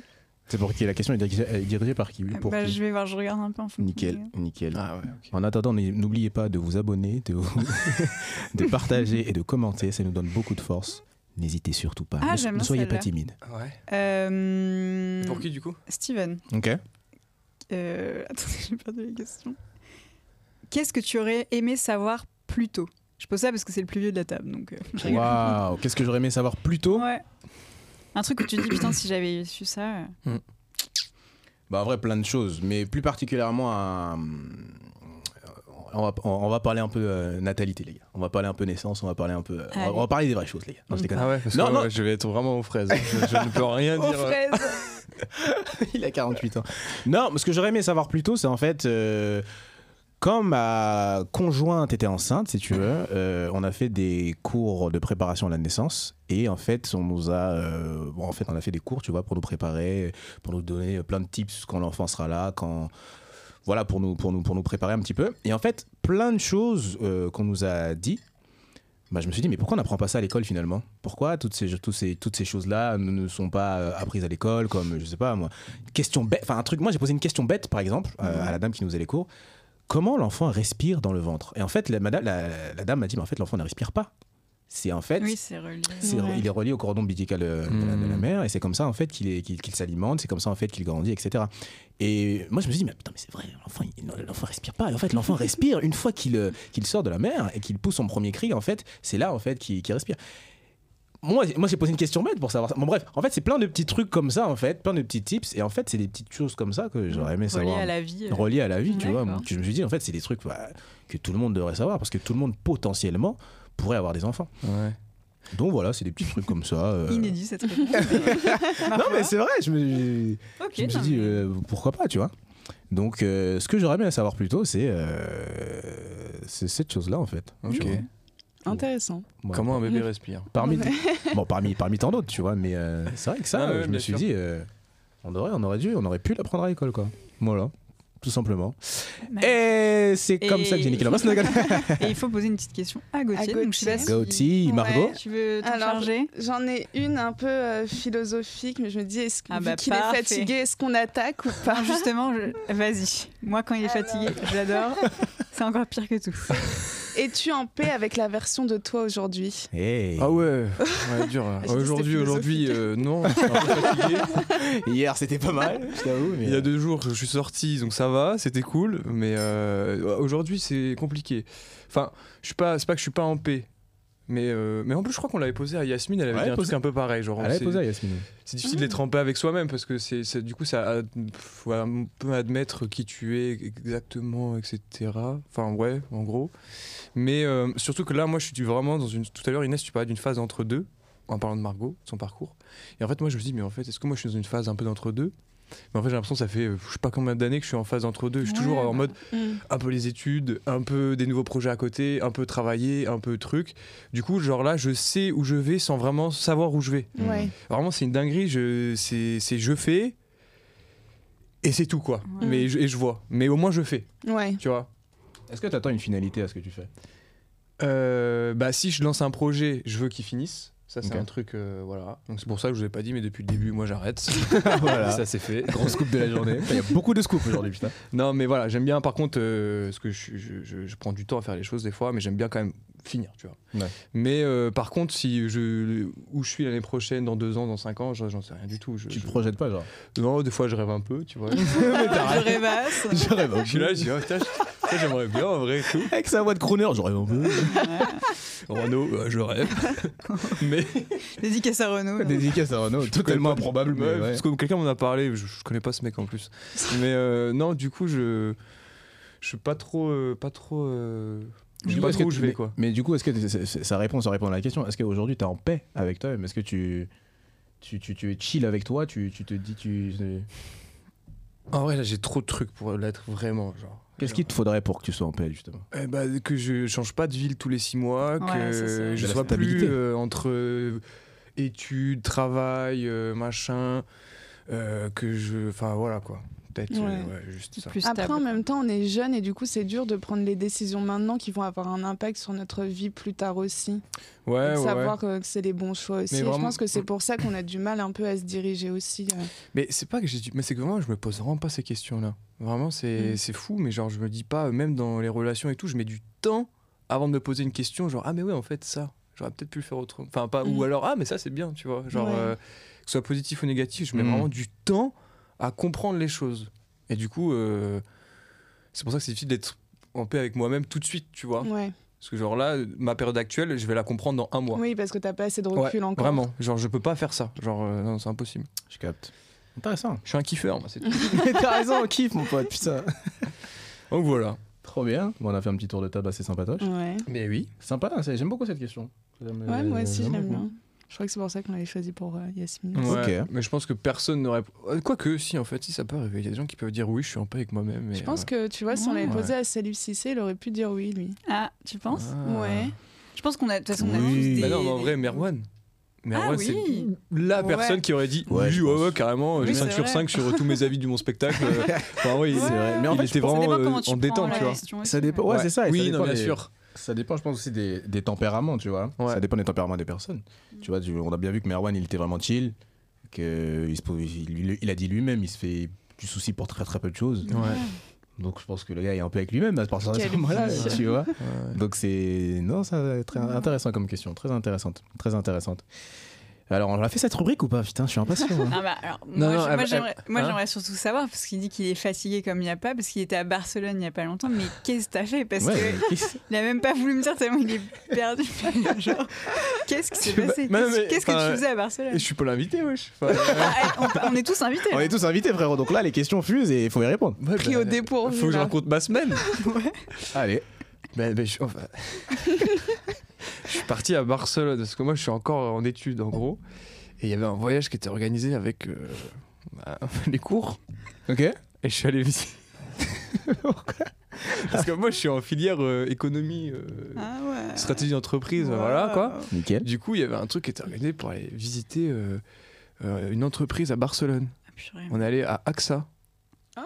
c'est pour qui la question est dirigée, elle est dirigée par qui Pour
bah,
qui
je vais voir, je regarde un peu en fond.
Nickel, nickel.
Ah ouais, ok.
En attendant, n- n'oubliez pas de vous abonner, de, vous- de partager et de commenter. Ça nous donne beaucoup de force. N'hésitez surtout pas.
Ah,
ne,
j'aime
ne
bien
soyez pas
celle-là.
timide.
Ouais.
Hmm.
Euh,
Pour qui du coup
Steven.
Ok.
Euh, attendez, j'ai perdu les questions. Qu'est-ce que tu aurais aimé savoir plus tôt Je pose ça parce que c'est le plus vieux de la table, donc. euh, je rigole.
Waouh, qu'est-ce que j'aurais aimé savoir plus tôt
Ouais. Un truc que tu dis, putain, si j'avais su ça. euh.
Bah, en vrai, plein de choses, mais plus particulièrement à. On va, on- on va parler un peu euh, natalité, les gars. On va parler un peu naissance, on va parler un peu. euh, on, va,
Allez. Mm.
on va parler des vraies choses, les gars. Non, je déconne.
Ah ouais, parce
Non,
que
non.
ouais, je vais être vraiment aux fraises. je, je ne peux rien
Aux
dire. euh,
fraises
Il a 48 ans. Non, mais ce que j'aurais aimé savoir plus tôt, c'est en fait. euh, quand ma conjointe était enceinte, si tu veux, euh, on a fait des cours de préparation à la naissance et en fait, on nous a, euh, bon, en fait, on a fait des cours, tu vois, pour nous préparer, pour nous donner euh, plein de tips quand l'enfant sera là, quand, voilà, pour nous, pour nous, pour nous préparer un petit peu. Et en fait, plein de choses euh, qu'on nous a dit. Bah, je me suis dit, mais pourquoi on n'apprend pas ça à l'école finalement Pourquoi toutes ces, toutes ces, toutes ces choses-là ne, ne sont pas euh, apprises à l'école Comme, je sais pas moi, question bête. Enfin, un truc, moi j'ai posé une question bête par exemple euh, à la dame qui nous faisait les cours. Comment l'enfant respire dans le ventre Et en fait, la, madame- la, la dame m'a dit, mais en fait, l'enfant ne respire pas. C'est en fait,
Oui, c'est relié.
c'est-
Ouais.
il est relié au cordon ombilical euh, de, la, de la
Hmm.
Mm.
mère et c'est comme ça en fait qu'il est- qu'il qu'il s'alimente, c'est comme ça en fait qu'il grandit, etc. Et moi je me suis dit mais putain mais c'est vrai, l'enfant il- non, l'enfant respire pas. Et en fait l'enfant respire une fois qu'il euh, qu'il sort de la mer et qu'il pousse son premier cri en fait c'est là en fait qu'il qu'il respire. Moi, j'ai- moi j'ai posé une question bête pour savoir ça. Bon bref, en fait c'est plein de petits trucs comme ça en fait, plein de petits tips et en fait c'est des petites choses comme ça que j'aurais aimé
Relié
savoir
à la vie. euh.
relié à la vie, tu vois.
D'accord.
que Je me suis dit, en fait, c'est des trucs bah, que tout le monde devrait savoir parce que tout le monde potentiellement pourrait avoir des enfants.
Ouais.
Donc voilà, c'est des petits trucs comme ça. euh.
Inédit cette réponse.
Non, mais c'est vrai, je me,
Ok,
je me suis
non,
dit,
mais-
euh, pourquoi pas, tu vois. Donc, euh, ce que j'aurais aimé savoir plus tôt, c'est euh, c'est cette chose-là, en fait.
Ok.
Tu vois.
Intéressant.
Voilà.
Comment un bébé respire
parmi,
Ouais.
bon, parmi, parmi tant d'autres, tu vois, mais euh, c'est vrai que ça,
Ah ouais,
euh, je me
bien
suis
sûr.
dit, euh, on, aurait, on aurait dû, on aurait pu l'apprendre à l'école, quoi. Voilà, tout simplement.
Magnifique.
eh. Et c'est comme
Et-
ça que j'ai niqué l'ambiance.
Et il faut poser une petite question à Gauthier.
À
Donc, je sais
Gauthier.
pas si
Gauthier, Margot.
Ouais.
tu veux te
Alors,
charger.
J'en ai une un peu euh, philosophique, mais je me dis, est-ce que-
Ah
vu
bah,
qu'il est
parfait.
fatigué, est-ce qu'on attaque ou pas
Ah, justement, je- vas-y. Moi, quand il est fatigué, j'adore. C'est encore pire que tout.
Es-tu en paix avec la version de toi aujourd'hui
Hey.
Ah ouais, ouais dur. là.
J'ai dit que
Aujourd'hui,
c'était
aujourd'hui, euh, non. je suis un peu fatigué.
Hier, c'était pas mal, je t'avoue. mais-
Il y a deux jours, je suis sorti, donc ça va, c'était cool. Mais euh, aujourd'hui, c'est compliqué. Enfin, je suis pas, c'est pas que je suis pas en paix. Mais, euh, mais en plus, je crois qu'on l'avait posé à Yasmine, elle avait
Ouais,
dit un
posé-
truc un peu pareil. Genre, on
Elle avait
s'est-
posé à euh, Yasmine.
c'est difficile d'être en paix avec soi-même parce que c'est, c'est- du coup, ça ad- faut un peu admettre qui tu es exactement, etc. Enfin, ouais, en gros. Mais euh, surtout que là, moi, je suis vraiment dans une. Tout à l'heure, Inès, tu parlais d'une phase entre deux en parlant de Margot, de son parcours. Et en fait, moi, je me dis, mais en fait, est-ce que moi, je suis dans une phase un peu d'entre deux Mais en fait, j'ai l'impression que ça fait, euh, je sais pas combien d'années que je suis en phase entre deux. Je suis toujours
Ouais.
en mode
Mm.
un peu les études, un peu des nouveaux projets à côté, un peu travailler, un peu truc. Du coup, genre là, je sais où je vais sans vraiment savoir où je vais.
Ouais.
Vraiment, c'est une dinguerie. Je, c'est, c'est je fais et c'est tout quoi.
Ouais.
Mais je, et je vois. Mais au moins je fais.
Ouais.
Tu vois.
Est-ce que tu attends une finalité à ce que tu fais
Euh, bah si je lance un projet, je veux qu'il finisse. Ça c'est
Ok.
un truc euh, voilà. Donc c'est pour ça que je vous ai pas dit, mais depuis le début, moi j'arrête.
Voilà.
Ça c'est fait.
Gros scoop de la journée. Il y a beaucoup de scoops aujourd'hui, putain.
Non, mais voilà, j'aime bien par contre, euh, parce que je, je- je- je prends du temps à faire les choses des fois, mais j'aime bien quand même finir, tu vois.
Ouais.
Mais euh, par contre, si je, où je suis l'année prochaine, dans deux ans, dans cinq ans, j'en j'en sais rien du tout. Je,
Tu te
je-
projettes pas, genre.
Non, des fois je rêve un peu, tu vois.
Je rêvasse.
Je rêve un
je suis là, je dis, oh, putain, je- ça, j'aimerais bien en vrai et tout.
Avec sa voix de crooner, je rêve un peu.
Renaud, euh, je rêve. mais
Dédicace à Renaud.
Dédicace à Renaud, totalement improbable, mais
Ouais,
ouais.
Parce que quelqu'un m'en a parlé, je, je connais pas ce mec en plus. Mais euh, non, du coup, je. Je suis pas trop. euh, pas trop. euh, je sais pas
Est-ce
trop
que
où
tu-
je vais
mais-
quoi.
Mais du coup, est-ce que t- c'est- c'est- ça répond, ça répond à la question Est-ce qu'aujourd'hui t'es en paix avec toi-même Est-ce que tu, tu, tu, tu es chill avec toi tu, tu te dis, tu,
En vrai, là, j'ai trop de trucs pour l'être vraiment. Genre.
qu'est-ce qu'il te faudrait pour que tu sois en paix justement
Eh bah, que je change pas de ville tous les six mois, que
Ouais, c'est ça.
je
De la
sois plus
stabilité.
euh, entre euh, études, travail, euh, machin, euh, que je, enfin voilà quoi. Peut-être euh,
Ouais.
ouais, juste ça.
Plus stable.
Après, en même temps, on est jeune et du coup, c'est dur de prendre les décisions maintenant qui vont avoir un impact sur notre vie plus tard aussi. Et
Ouais,
de
ouais, ouais.
savoir euh, que c'est les bons choix aussi.
Mais
Et Je
vraiment-
pense que c'est pour ça qu'on a du mal un peu à se diriger aussi. euh.
Mais c'est pas que j'ai, du- mais c'est que vraiment je me pose vraiment pas ces questions-là. Vraiment, c'est,
Mm.
c'est fou, mais genre je me dis pas, même dans les relations et tout, je mets du temps avant de me poser une question, genre ah mais oui en fait ça, j'aurais peut-être pu le faire autrement. Enfin pas,
Mm.
ou alors ah mais ça c'est bien, tu vois. Genre
Ouais.
euh, que ce soit positif ou négatif, je mets
Mm.
vraiment du temps à comprendre les choses. Et du coup, euh, c'est pour ça que c'est difficile d'être en paix avec moi-même tout de suite, tu vois.
Ouais.
Parce que genre là, ma période actuelle, je vais la comprendre dans un mois.
Oui, parce que t'as pas assez de
Ouais,
recul encore.
vraiment, genre je peux pas faire ça, genre euh, non c'est impossible.
Je capte. Intéressant.
Je suis un kiffeur, moi c'est
Mm.
tout.
mais t'as raison, on kiffe mon pote, putain.
Donc voilà.
Trop bien. Bon, on a fait un petit tour de table assez sympatoche.
Ouais.
Mais oui.
Sympa, hein, c'est- j'aime beaucoup cette question. J'aime-
Ouais, moi aussi, je
j'aime
l'aime
beaucoup.
bien. Je crois que c'est pour ça qu'on l'avait choisi pour euh, Yasmine.
Ouais,
Ok.
Mais je pense que personne n'aurait. Euh, Quoique, si, en fait, si ça peut arriver. Il y a des gens qui peuvent dire oui, je suis en paix avec moi-même. mais,
Je pense
euh,
que, tu vois, si on l'avait
Ouais.
posé à Salut Cissé, il aurait pu dire oui, lui.
Ah, tu penses
Ah.
Ouais.
Je pense qu'on a. De toute façon, on a
Oui.
tous des.
Bah non, mais en vrai, Merwan. Merwan,
Ah oui.
c'est la
Ouais.
personne qui aurait dit
Ouais,
oui,
je
ouais,
pense.
ouais, carrément,
Oui,
j'ai
c'est
5 sur
vrai.
5 sur euh, tous mes avis du mon spectacle. euh, enfin, oui,
C'est
il-
vrai. Mais en
il
fait,
était
Ça
vraiment
dépend
euh,
comment tu
en
prends
détente,
la
tu vois.
question aussi,
Ça dépend.
ouais.
Ouais, c'est ça. et ça
Oui,
dépend
non, bien
des-
sûr.
Ça dépend, je pense aussi des, des tempéraments, tu vois.
Ouais.
Ça dépend des tempéraments des personnes.
Mm.
Tu vois, tu- on a bien vu que Merwan, il était vraiment chill, que il, se pose- il, il a dit lui-même, il se fait du souci pour très très peu de choses.
Ouais.
Donc je pense que le gars est un peu avec lui-même à partir de ce
Quelle
moment-là,
vie.
tu vois.
Ouais.
Donc c'est non, ça va être très intéressant comme question, très intéressante, très intéressante. Alors on a fait cette rubrique ou pas Putain, je suis impatient. hein.
Ah bah, alors,
Non,
moi,
non,
je-
elle-
moi,
elle-
j'aimerais- moi,
hein
j'aimerais surtout savoir, parce qu'il dit qu'il est fatigué comme il n'y a pas, parce qu'il était à Barcelone il n'y a pas longtemps, mais qu'est-ce que t'as fait Parce
Ouais,
que
mais qu'est-ce-
qu'il n'a même pas voulu me dire tellement il est perdu. Genre, qu'est-ce qui s'est
Tu- bah,
passé
mais non, mais,
Qu'est-ce qu'est-ce que
enfin,
tu faisais à
Et
Barcelone
je suis pas l'invité, wesh. Enfin,
Ah, on, on est tous invités. hein.
on
là.
est tous invités, frérot. Donc là, les questions fusent et il faut y répondre.
ouais,
Pris
bah,
au dépourvu.
Faut que je
là.
raconte ma semaine.
Allez.
Ben, ben, je, enfin, je suis parti à Barcelone parce que moi je suis encore en études en gros. Et il y avait un voyage qui était organisé avec euh, bah, les cours.
Ok.
Et je suis allé visiter. parce que moi je suis en filière euh, économie, euh,
Ah ouais.
stratégie d'entreprise,
Wow.
voilà quoi.
Nickel.
Du coup il y avait un truc qui était organisé pour aller visiter euh, euh, une entreprise à Barcelone.
Ah, purée.
On allait à AXA.
Ah,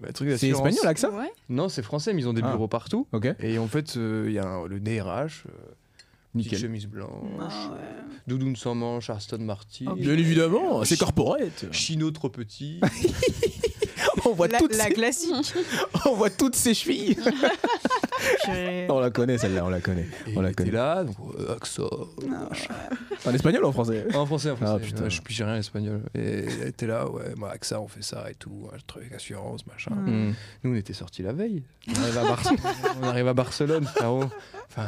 Bah, truc
C'est
d'assurance.
espagnol, l'accent
Ouais.
Non, c'est français, mais ils ont des
Ah.
bureaux partout.
Ok.
Et en fait, euh, il y a un- le DRH, euh, petite
Nickel.
chemise blanche,
Ah, ouais.
doudoune sans manche, Aston Martin,
Oh,
Bien évidemment, c'est corporate.
chino trop petit.
On voit,
La,
toutes
la
ces,
classique.
on voit toutes ces chevilles.
Purée.
on la connaît celle-là, on la connaît.
et
On la
il était
connaît.
là, donc euh, accent.
En espagnol ou en français
En français, en français.
Ah, putain.
Ouais, je pigeais rien espagnol. Et elle était là, ouais, moi, AXA, on fait ça et tout, un truc, assurance, machin.
Mm.
Hmm.
Nous, on était sortis la veille. On arrive à, Bar- on arrive à Barcelone, frérot. Enfin,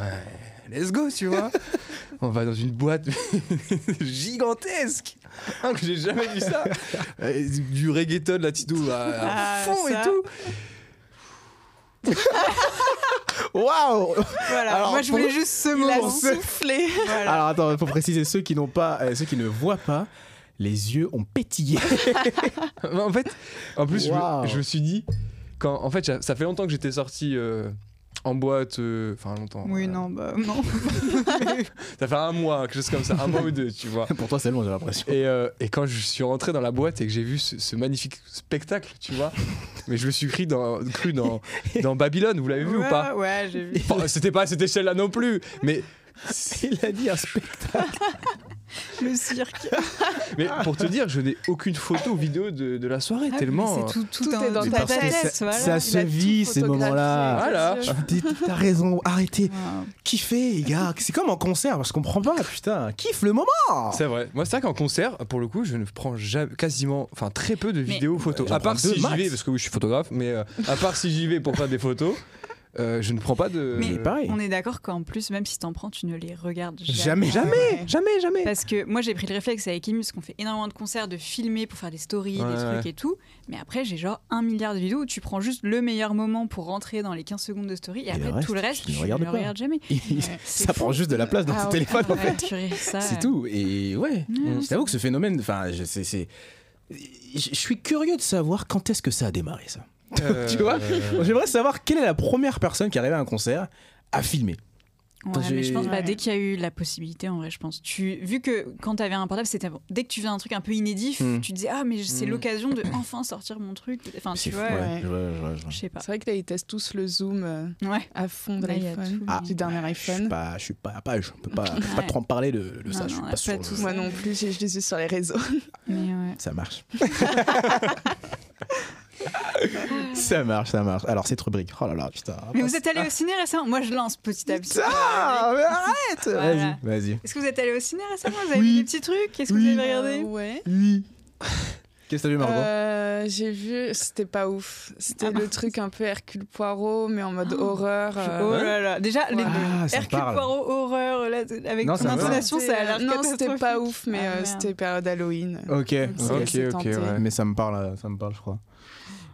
let's go, tu vois. On va dans une boîte gigantesque. Hein, que j'ai jamais vu ça. Euh, Du reggaeton, la Tidou, à, à
Ah,
fond
ça.
et tout.
Waouh
Voilà,
Alors,
moi je
pour-
voulais juste ce
Il a
moment.
ce-
souffler. Voilà.
Alors attends, faut préciser ceux qui n'ont pas, euh, ceux qui ne voient pas, les yeux ont pétillé.
Mais en fait, en plus, je me-
Waouh.
je, me suis dit, quand, en fait, j'a- ça fait longtemps que j'étais sorti euh, en boîte, euh, enfin longtemps.
Oui,
euh,
non, bah non.
Ça fait un mois, quelque chose comme ça, un mois ou deux, tu vois.
Pour toi, c'est long, j'ai l'impression.
Et, euh, et quand je suis rentré dans la boîte et que j'ai vu ce, ce magnifique spectacle, tu vois, mais je me suis cru dans, cru dans, dans Babylone, vous l'avez vu
ouais,
ou pas
Ouais, j'ai vu.
Enfin, C'était pas à cette échelle-là non plus, mais,
Il a dit un spectacle.
Le cirque.
mais pour te dire, je n'ai aucune photo ou vidéo de, de la soirée,
Ah,
tellement. euh,
mais c'est Tout, tout,
Tout
un-
est dans
tout
ta
un
tête.
process,
Ça-
voilà.
ça- se vit, ces moments-là.
Voilà.
Je me dis, T'as raison, arrêtez,
Wow.
kiffez les gars. C'est comme en concert, je comprends pas, putain. Kiffe le moment.
C'est vrai. Moi, c'est vrai qu'en concert, pour le coup, je ne prends jamais, quasiment, enfin très peu de
Mais-
vidéos photos.
J'en
À part
prends deux
si j'y
max.
vais, parce que oui, je suis photographe, mais euh, à part si j'y vais pour faire des photos, euh, je ne prends pas de.
Mais
Mais
pareil.
On est d'accord qu'en plus, même si t'en prends, tu ne les regardes
Jamais,
jamais.
jamais,
Ouais.
jamais, jamais.
Parce que moi, j'ai pris le réflexe avec Emu, parce qu'on fait énormément de concerts, de filmer pour faire des stories,
Ouais,
des
ouais.
trucs et tout. Mais après, j'ai genre un milliard de vidéos où tu prends juste le meilleur moment pour rentrer dans les 15 secondes de story, et, après,
le reste,
tout le reste,
tu
tu
ne
ne
regardes
le
pas.
regardes jamais.
Il-
C'est
Ça
fou.
prend juste de la place dans
Ah
ton
ouais.
téléphone, en
Ouais,
fait.
purée, ça,
C'est
euh,
tout. Mm. Et ouais.
Mmh.
Je t'avoue que ce phénomène, enfin, je- c'est, c'est- je je suis curieux de savoir quand est-ce que ça a démarré ça.
Euh,
Tu vois J'aimerais savoir quelle est la première personne qui arrivait à un concert à filmer.
Ouais,
Enfin,
mais je
j'ai-
pense bah,
Ouais.
dès qu'il y a eu la possibilité, en vrai, je pense. Tu, vu que quand t'avais un portable, c'était dès que tu faisais un truc un peu inédit,
Mm.
tu disais ah mais c'est
Mm.
l'occasion de enfin sortir mon truc. Enfin
C'est
tu
fou,
vois,
ouais,
euh,
ouais.
je vois, je vois, je vois.
je sais pas.
C'est vrai que là, ils testent tous le zoom euh,
Ouais.
à fond de
Là, il y a
l'iPhone,
tout,
Ah,
mais-
du dernier
Je suis
iPhone.
pas, je suis pas à page, je peux pas, je peux pas
Ouais.
trop en parler de, de ça.
Non,
je suis
non,
pas
pas
sur
tous.
le-
Moi non plus, j'ai- je les ai sur les réseaux.
Mais ouais.
Ça marche. ça marche, ça marche. Alors cette rubrique, oh là là, putain.
Mais vous êtes allé au ciné récemment Moi je lance petit à petit.
Ah. Putain, Ah, mais arrête
Voilà.
Vas-y, vas-y.
Est-ce que vous êtes allé au ciné récemment Vous avez
Oui.
vu des petits trucs Qu'est-ce que
Oui.
vous avez regardé
Euh, ouais.
Oui. Qu'est-ce que t'as vu, Margot
Euh, j'ai vu, c'était pas ouf. C'était
Ah.
le truc un peu Hercule Poirot, mais en mode horreur. euh,
Oh là là. Déjà les
Ouais.
Ah, ça me
Hercule
parle.
Poirot horreur là, t- avec
Non, ça
ton
me parle.
intonation, ça a l'air
Non, c'était pas
catastrophique.
ouf, mais
Ah,
euh,
merde.
c'était période Halloween.
Ok,
Donc,
ok.
ok,
c'est
ok,
tenté.
ouais.
Mais ça me parle, euh, ça me parle, je crois.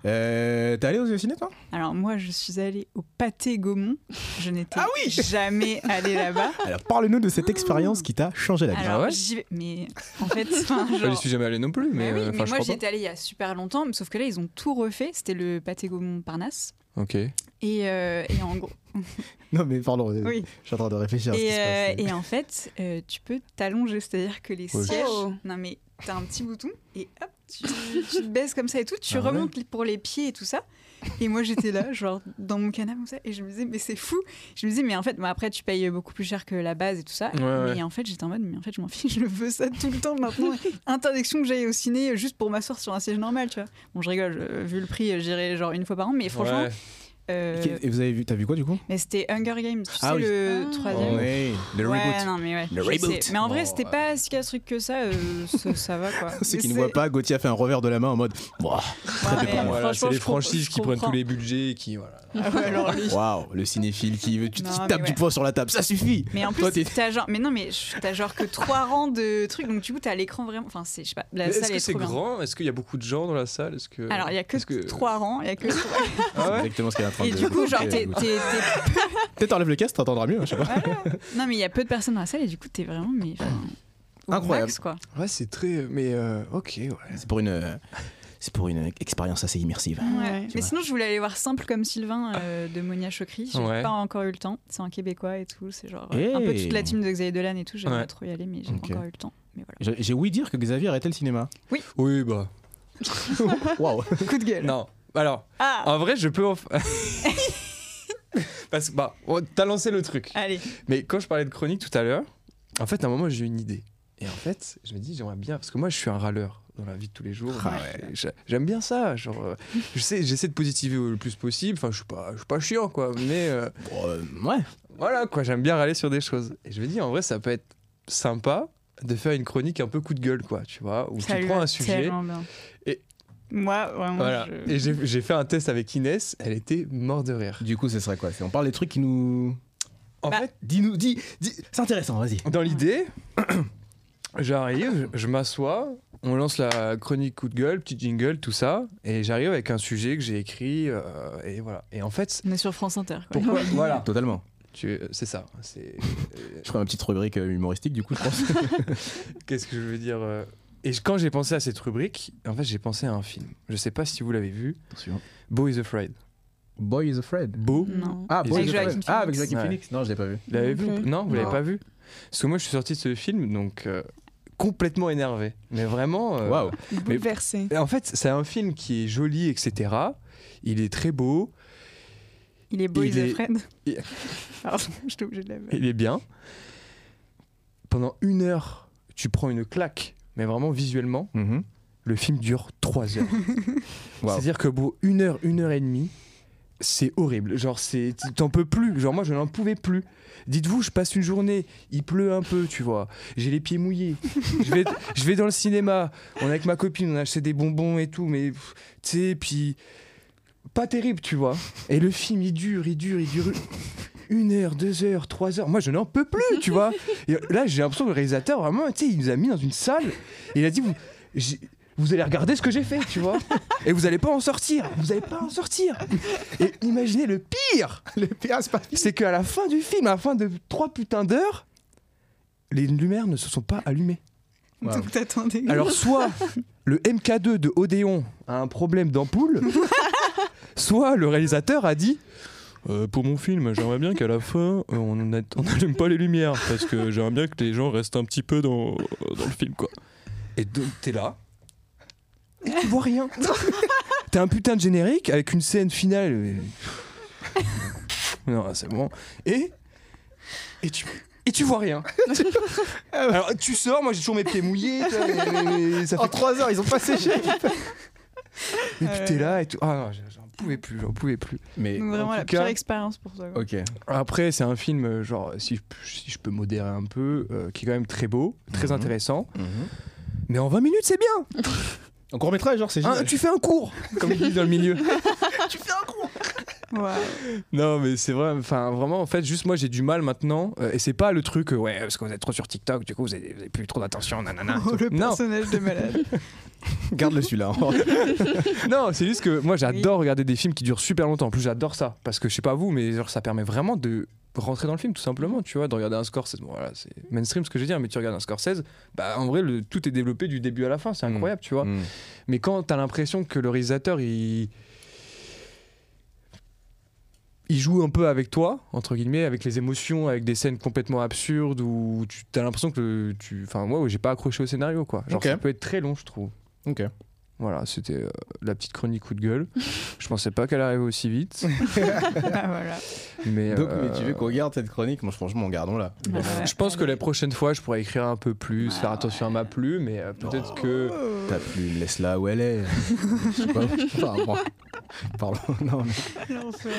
Euh, T'es allé aux ciné, toi
Alors moi je suis allée au pâté Gaumont. Je n'étais
Ah oui Ah
jamais allée là-bas.
Alors, parle-nous de cette expérience qui t'a changé la vie.
Alors,
Ah ouais
j'y vais- Mais en fait, enfin,
Je n'y
genre...
suis jamais allé non plus, mais,
Bah oui,
euh,
mais
enfin,
moi
je crois
j'y étais allée il y a super longtemps, sauf que là ils ont tout refait. C'était le pâté Gaumont Parnasse.
pas. Ok.
Et, euh, et en gros.
Non, mais pardon, euh,
Oui.
je suis en train de réfléchir à ce qui
Et,
se
euh,
passe.
et en fait, euh, tu peux t'allonger, c'est-à-dire que les
Ouais.
sièges.
Oh.
Non mais t'as un petit bouton et hop, tu, tu te baisses comme ça et tout, tu
Ah ouais.
remontes pour les pieds et tout ça. Et moi j'étais là, genre dans mon canapé comme ça, et je me disais, mais c'est fou. Je me disais, mais en fait, bon, après tu payes beaucoup plus cher que la base et tout ça.
Ouais,
mais
ouais.
en fait, j'étais en mode, mais en fait, je m'en fiche, je veux ça tout le temps maintenant. Interdiction que j'aille au ciné juste pour m'asseoir sur un siège normal, tu vois. Bon, je rigole, euh, vu le prix, j'irai genre une fois par an, mais franchement.
Ouais.
euh,
Et vous avez vu, t'as vu quoi du coup
mais c'était Hunger Games, tu
Ah
sais,
oui.
le
Ah.
troisième.
Oui, le
ouais,
reboot.
non, mais ouais,
Le
je
reboot.
sais. Mais en vrai,
Oh,
c'était
ouais.
pas si catastrophique que ça, euh, ça, ça va quoi.
Ceux
Mais
qui ne
c'est-
voient pas, Gauthier a fait un revers de la main en mode Wouah,
Ouais,
dépend.
mais
Voilà,
franchement,
c'est les
je comprends-
franchises
je
qui prennent tous
comprends.
les budgets et qui. Voilà.
Ah ouais, alors lui.
Waouh, le cinéphile qui, veut, qui
Non, mais
tape du
ouais.
poing sur la table, ça suffit
Mais en
Toi,
plus,
t'es-
t'as genre, mais non, mais je- t'as genre que trois rangs de trucs, donc du coup, t'as l'écran vraiment. Enfin, c'est, je sais pas, la
Mais
salle
Est-ce
est,
que c'est
trop bien.
grand Est-ce qu'il y a beaucoup de gens dans la salle Est-ce que
Alors, il y a que,
est-ce
trois rangs, il y a que.
Ah
C'est
ouais
exactement ce qu'elle est en train
Et
de
du coup, genre,
Ok,
t'es,
Gauthier.
t'es- t'es-
Peut-être enlève le casque, t'entendras mieux, je sais pas.
voilà. Non, mais il y a peu de personnes dans la salle, et du coup, t'es vraiment, mais. enfin, au
Incroyable.
max, quoi.
Ouais, c'est très. Mais euh, ok, ouais.
C'est pour une, euh, c'est pour une expérience assez immersive.
Ouais.
Ouais.
Mais
vois.
sinon, je voulais aller voir Simple comme Sylvain euh, de Monia Chokri. J'ai
Ouais. Eh.
pas encore eu le temps. C'est un Québécois et tout. C'est genre euh, un peu
Hey.
toute la team de Xavier Dolan et tout. J'aimerais
Ouais.
trop y aller, mais j'ai
Ok.
pas encore eu le temps. Mais voilà.
J'ai j'ai ouï dire que Xavier arrêtait le cinéma.
Oui, bah.
Waouh
Coup de gueule.
Non, Alors,
Ah
en vrai, je peux. en f- Parce que, bah, on- t'as lancé le truc.
Allez.
Mais quand je parlais de chronique tout à l'heure, en fait, à un moment, j'ai eu une idée. Et en fait, je me dis, j'aimerais bien, parce que moi, je suis un râleur dans la vie de tous les jours.
Ah
J'a- J'aime bien ça. Genre, euh, je sais, j'essaie de positiver le plus possible. Enfin, je suis pas, je suis pas chiant, quoi. Mais euh,
Bon, euh, ouais.
voilà, quoi. J'aime bien râler sur des choses. Et je me dis, en vrai, ça peut être sympa de faire une chronique un peu coup de gueule, quoi. Tu vois, où
Ça
tu
lui
prends
va
un sujet.
tellement bien.
Et-
Moi, vraiment.
Voilà.
je-
Et j'ai j'ai fait un test avec Inès. Elle était morte de rire.
Du coup, ce serait quoi C'est- On parle des trucs qui nous.
En
Bah,
fait,
Dis-nous, dis, dis- C'est intéressant, vas-y.
Dans l'idée, j'arrive, je m'assois, on lance la chronique coup de gueule, petit jingle, tout ça, et j'arrive avec un sujet que j'ai écrit, euh, et voilà. Et en fait,
On est sur France Inter. quoi.
pourquoi Voilà,
Totalement.
Tu- euh, c'est ça. c'est- euh,
Je ferai une petite rubrique euh, humoristique, du coup, je pense.
Qu'est-ce que je veux dire euh, Et je- quand j'ai pensé à cette rubrique, en fait, j'ai pensé à un film. Je sais pas si vous l'avez vu,
Attention.
Beau is Afraid.
Boy is Afraid.
Beau
Non.
Ah, Boy
Avec
is Afraid.
Joaquin
Ah, avec Joaquin
Phoenix.
Phoenix. Non, je l'ai pas vu.
Vous l'avez
Non
vu ou
plus.
pas Non, vous l'avez
Non.
pas vu Parce que moi, je suis sorti de ce film, donc euh, complètement énervé. Mais vraiment. euh,
Waouh.
Bouleversé.
Et En fait, c'est un film qui est joli, etc. Il est très beau,
Il est beau,
Il
il est
est-
Fred.
il-
Pardon, j'étais obligée de la
il est Eh bien. Pendant une heure, tu prends une claque, mais vraiment visuellement,
Mhm.
le film dure trois heures.
Wow.
C'est-à-dire que bon, une heure, une heure et demie, c'est horrible. Genre, c'est, t'en peux plus. Genre, moi, je n'en pouvais plus. Dites-vous, je passe une journée, il pleut un peu, tu vois. J'ai les pieds mouillés. je, vais, je vais dans le cinéma. On est avec ma copine, on a acheté des bonbons et tout, mais pff, tu sais, puis. Pas terrible, tu vois. Et le film, il dure, il dure, il dure. Une heure, deux heures, trois heures. Moi, je n'en peux plus, tu vois. Et là, j'ai l'impression que le réalisateur, vraiment, tu sais, il nous a mis dans une salle. Et il a dit, vous, j'ai- vous allez regarder ce que j'ai fait, tu vois. Et vous allez pas en sortir. Vous allez pas en sortir. Et imaginez le pire.
Le PA, c'est pas fini.
C'est qu'à la fin du film, à la fin de trois putains d'heures, les lumières ne se sont pas allumées.
Wow.
Donc t'attendais.
Alors soit le MK2 de Odéon a un problème d'ampoule, soit le réalisateur a dit Euh, pour mon film, j'aimerais bien qu'à la fin, euh, on n'a- on n'allume pas les lumières, parce que j'aimerais bien que les gens restent un petit peu dans, dans le film, quoi. Et donc, t'es là, et tu vois rien. T'as un putain de générique avec une scène finale. euh, Non, c'est bon. Et, et, tu, et tu vois rien. Alors, tu sors, moi j'ai toujours mes pieds mouillés, tu vois, mais- mais- mais ça fait
Ah En trois heures, ils ont pas séché.
Et puis t'es là et tout. Ah non, j'en- j'en pouvais plus, j'en pouvais plus.
Mais.
Donc
en
vraiment
tout
la pire
cas-
expérience pour toi. quoi.
Ok.
Après, c'est un film, euh, genre, si je, si je peux modérer un peu, euh, qui est quand même très beau, très
Mhm.
intéressant. Mais en 20 minutes, c'est bien
En court métrage, genre, c'est
Hein,
génial.
Tu fais un cours Comme ils disent dans le milieu.
Ah, Waouh.
Non, mais c'est vrai, enfin, vraiment, en fait, juste moi, j'ai du mal maintenant. euh, et c'est pas le truc, euh, ouais, parce que vous êtes trop sur TikTok, du coup, vous avez, vous avez plus trop d'attention, nanana. et
Oh,
tout.
le
non,
personnage de malade.
Garde-le celui-là. hein.
non c'est juste que moi, j'adore regarder des films qui durent super longtemps. En plus, j'adore ça. Parce que je sais pas vous, mais genre, ça permet vraiment de rentrer dans le film, tout simplement, tu vois, de regarder un Scorsese. Bon, voilà, c'est mainstream ce que je veux dire, mais tu regardes un Scorsese, bah, en vrai, le, tout est développé du début à la fin, c'est
Mm.
incroyable, tu vois.
Mm.
Mais quand t'as l'impression que le réalisateur, il. Il joue un peu avec toi, entre guillemets, avec les émotions, avec des scènes complètement absurdes où tu as l'impression que le- tu. Enfin, moi, ouais, j'ai pas accroché au scénario, quoi. Genre,
Ok.
ça peut être très long, je trouve.
Ok.
Voilà, c'était euh, la petite chronique coup de gueule. je pensais pas qu'elle arrivait aussi vite.
Ah, voilà.
Mais,
Donc,
euh,
mais tu veux qu'on garde cette chronique Moi, franchement, gardons-la.
Ouais.
Je pense que
Allez.
la prochaine fois, je pourrais écrire un peu plus, faire attention à ma plume, mais euh, peut-être que.
Oh.
Ta plume, laisse-la où elle est. Je sais pas. Enfin, bon. Pardon. Non, mais,
L'enfer.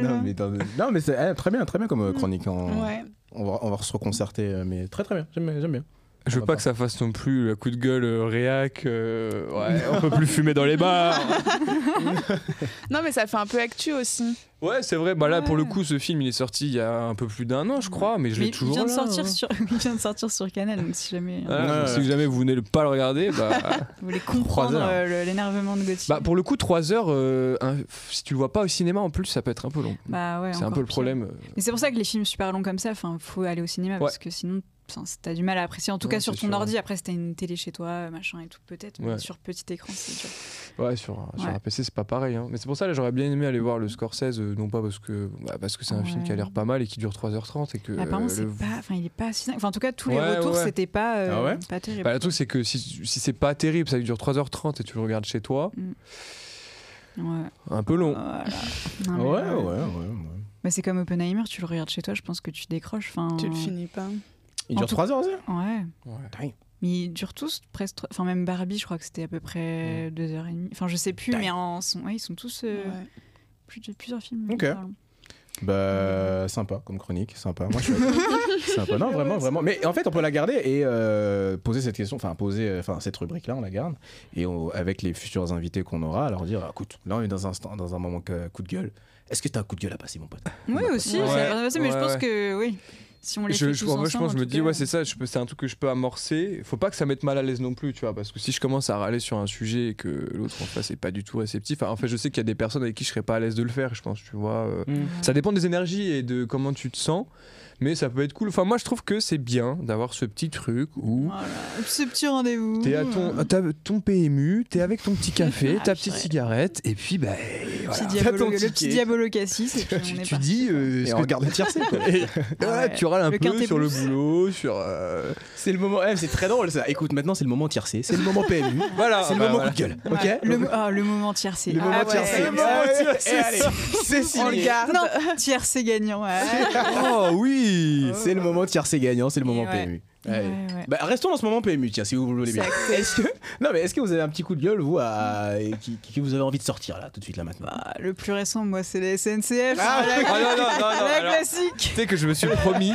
non, mais, dans- non, mais c'est eh, très bien, très bien comme euh, chronique. On,
Ouais.
on va, on va se reconcerter, euh, mais très très bien. J'aime bien, j'aime bien.
Je
On
veux
va
pas
pas.
que ça fasse non plus la coup de gueule euh, réac. euh, ouais, on peut plus fumer dans les bars.
Non, mais ça fait un peu actu aussi.
Ouais, c'est vrai. Bah là, pour le
Ouais.
coup, ce film, il est sorti il y a un peu plus d'un an, je crois, mais je
Mais
l'ai
il
toujours.
vient, de
là,
sortir
hein.
sur... il vient de sortir sur Canal, donc si jamais hein,
Ah,
Ouais.
Si jamais vous venez le- pas le regarder, bah,
vous voulez comprendre
heures.
euh, le- l'énervement de Gauthier.
bah pour le coup, 3 heures, euh, un- si tu le vois pas au cinéma en plus, ça peut être un peu long.
Bah ouais,
c'est un
encore
peu le
pire.
problème. euh,
Mais c'est pour ça que les films super longs comme ça, enfin, faut aller au cinéma parce que sinon, enfin, t'as du mal à apprécier. En tout
Non,
cas sur
c'est
ton
sûr.
ordi. Après, si t'as une télé chez toi, machin et tout, peut-être. mais
Ouais.
sur petit écran, c'est dur.
Ouais, sur, un- sur
Ouais.
un PC, c'est pas pareil. hein. Mais c'est pour ça, là, j'aurais bien aimé aller voir le Scorsese, euh, non pas parce que bah, parce que c'est un film qui a
Ouais.
l'air pas mal et qui dure 3h30 et que.
Apparemment,
euh,
c'est
le-
pas. Enfin, il est pas si dingue. Enfin, en tout cas, tous
Ouais,
les retours,
ouais.
c'était pas, euh,
Ah ouais
pas terrible.
Bah, le truc, c'est que si, si c'est pas terrible, ça dure 3h30 et tu le regardes chez toi,
Mm. Ouais.
Un peu long.
Voilà.
Ouais,
Non, Ah, mais
ouais,
là,
ouais. ouais.
bah, c'est comme Oppenheimer, tu le regardes chez toi, je pense que tu décroches. Enfin,
Tu le finis pas.
Il
En
dure
tout-
3 heures, ça
Ouais.
Ouais.
Mais ils durent tous presque. trois- Enfin, même Barbie, je crois que c'était à peu près deux heures et demie. Enfin, je sais plus,
Dingue.
mais en sont... ouais, ils sont tous. euh,
Ouais.
plus de plusieurs films.
Ok.
hyper longs.
Bah, sympa comme chronique, sympa. Moi, je suis sympa. Non, vraiment, vraiment. Mais en fait, on peut la garder et euh, poser cette question, enfin, poser, euh, enfin, cette rubrique-là, on la garde. Et on- avec les futurs invités qu'on aura, leur dire, Ah, écoute, là, on est dans un, instant- dans un moment que- coup de gueule. Est-ce que t'as un coup de gueule à passer, mon pote
Oui, aussi,
Ouais,
ça va bien passer, mais je
ouais,
pense
ouais.
que oui. Si on les
Je,
fait
je,
tous
en vrai,
ensemble,
je pense,
en
je me
tout
dis,
cas,
ouais, c'est ça, je peux- c'est un truc que je peux amorcer. Faut pas que ça mette mal à l'aise non plus, tu vois, parce que si je commence à râler sur un sujet et que l'autre en face est pas du tout réceptif, enfin, en fait, je sais qu'il y a des personnes avec qui je serais pas à l'aise de le faire, je pense, tu vois. euh.
Mm.
Ça dépend des énergies et de comment tu te sens, mais ça peut être cool. Enfin, moi, je trouve que c'est bien d'avoir ce petit truc où.
Voilà. Ce petit rendez-vous.
T'es à ton, t'as ton PMU, t'es avec ton petit
Ah,
café, ta
purée.
petite cigarette, et puis bah,
Petit
voilà.
diabolo,
T'as ton
le
ticket.
petit diabolo cassis. Et puis on
tu,
est
tu
parti,
dis,
quoi.
euh,
Et
ce
on
que-
regarde le tiercé, quoi.
Ah
Ah,
ouais.
tu râles un
Le
peu
quintet
sur le
blues.
boulot, sur. euh,
C'est le moment, eh, c'est très drôle ça. Écoute, maintenant, c'est le moment tiercé, c'est le moment PMU,
Voilà,
Ah, c'est le
bah,
moment
voilà.
coup de gueule.
Ouais,
Ok
le, mo- ah, le moment tiercé.
Le
Ah
moment
ouais.
tiercé.
Le
Eh,
moment
ouais, eh, allez, C'est
On le
signé.
garde. Non, tiercé gagnant. Ouais.
Oh oui
C'est le moment tiercé gagnant, c'est le
Et
moment
ouais.
PMU.
Ouais,
Allez.
ouais.
Bah, restons dans ce moment PMU, tiens, si vous le voulez bien. Est-ce que... Non, mais est-ce que vous avez un petit coup de gueule, vous, à... et qui, qui- qui vous avez envie de sortir, là, tout de suite, là, maintenant
Bah, le plus récent, moi, c'est la SNCF.
Ah,
la,
non, non, non, non,
la
alors,
classique.
Tu sais que je me suis promis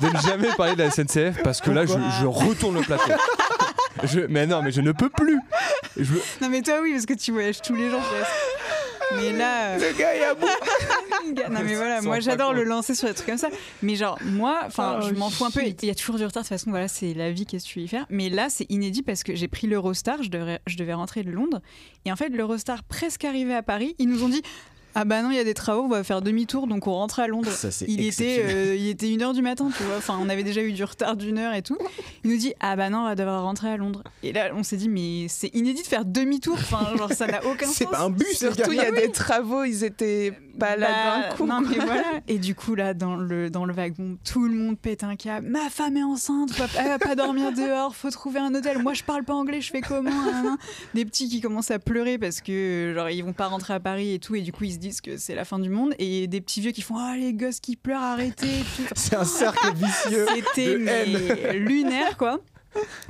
de ne jamais parler de la SNCF parce que là, je,
Pourquoi
je retourne le plateau. Je- mais non, mais je ne peux plus. Je,
Non, mais toi, oui, parce que tu voyages tous les jours. presque. Mais là. euh,
Le gars est à bout
Non mais voilà,
Sans
moi j'adore
raconte.
le lancer sur des trucs comme ça. Mais genre moi, enfin
Oh,
je m'en fous un peu.
shit.
Il y a toujours du retard de toute façon. Voilà, c'est la vie. Qu'est-ce que tu veux y faire Mais là, c'est inédit parce que j'ai pris l'Eurostar. Je devrais, je devais rentrer de Londres. Et en fait, l'Eurostar presque arrivé à Paris, ils nous ont dit ah bah non, il y a des travaux. On va faire demi-tour, donc on rentre à Londres.
Ça, c'est
Il était,
exceptionnel.
euh, il était une heure du matin, tu vois. Enfin, on avait déjà eu du retard d'une heure et tout. Il nous dit ah bah non, on va devoir rentrer à Londres. Et là, on s'est dit mais c'est inédit de faire demi-tour. Enfin, genre ça n'a aucun sens.
C'est pas un bus, le gars
Surtout, il y a des travaux, ils étaient pas là
Bah,
d'un coup.
non,
quoi.
mais voilà. Et du coup, là, dans le, dans le wagon, tout le monde pète un câble. Ma femme est enceinte, faut- elle va pas dormir dehors, faut trouver un hôtel. Moi, je parle pas anglais, je fais comment hein, hein. Des petits qui commencent à pleurer parce que, genre, ils vont pas rentrer à Paris et tout, et du coup, ils se disent que c'est la fin du monde. Et des petits vieux qui font Ah, les gosses qui pleurent, arrêtez. et tout.
C'est un cercle vicieux.
C'était
de haine.
mais, lunaire, quoi.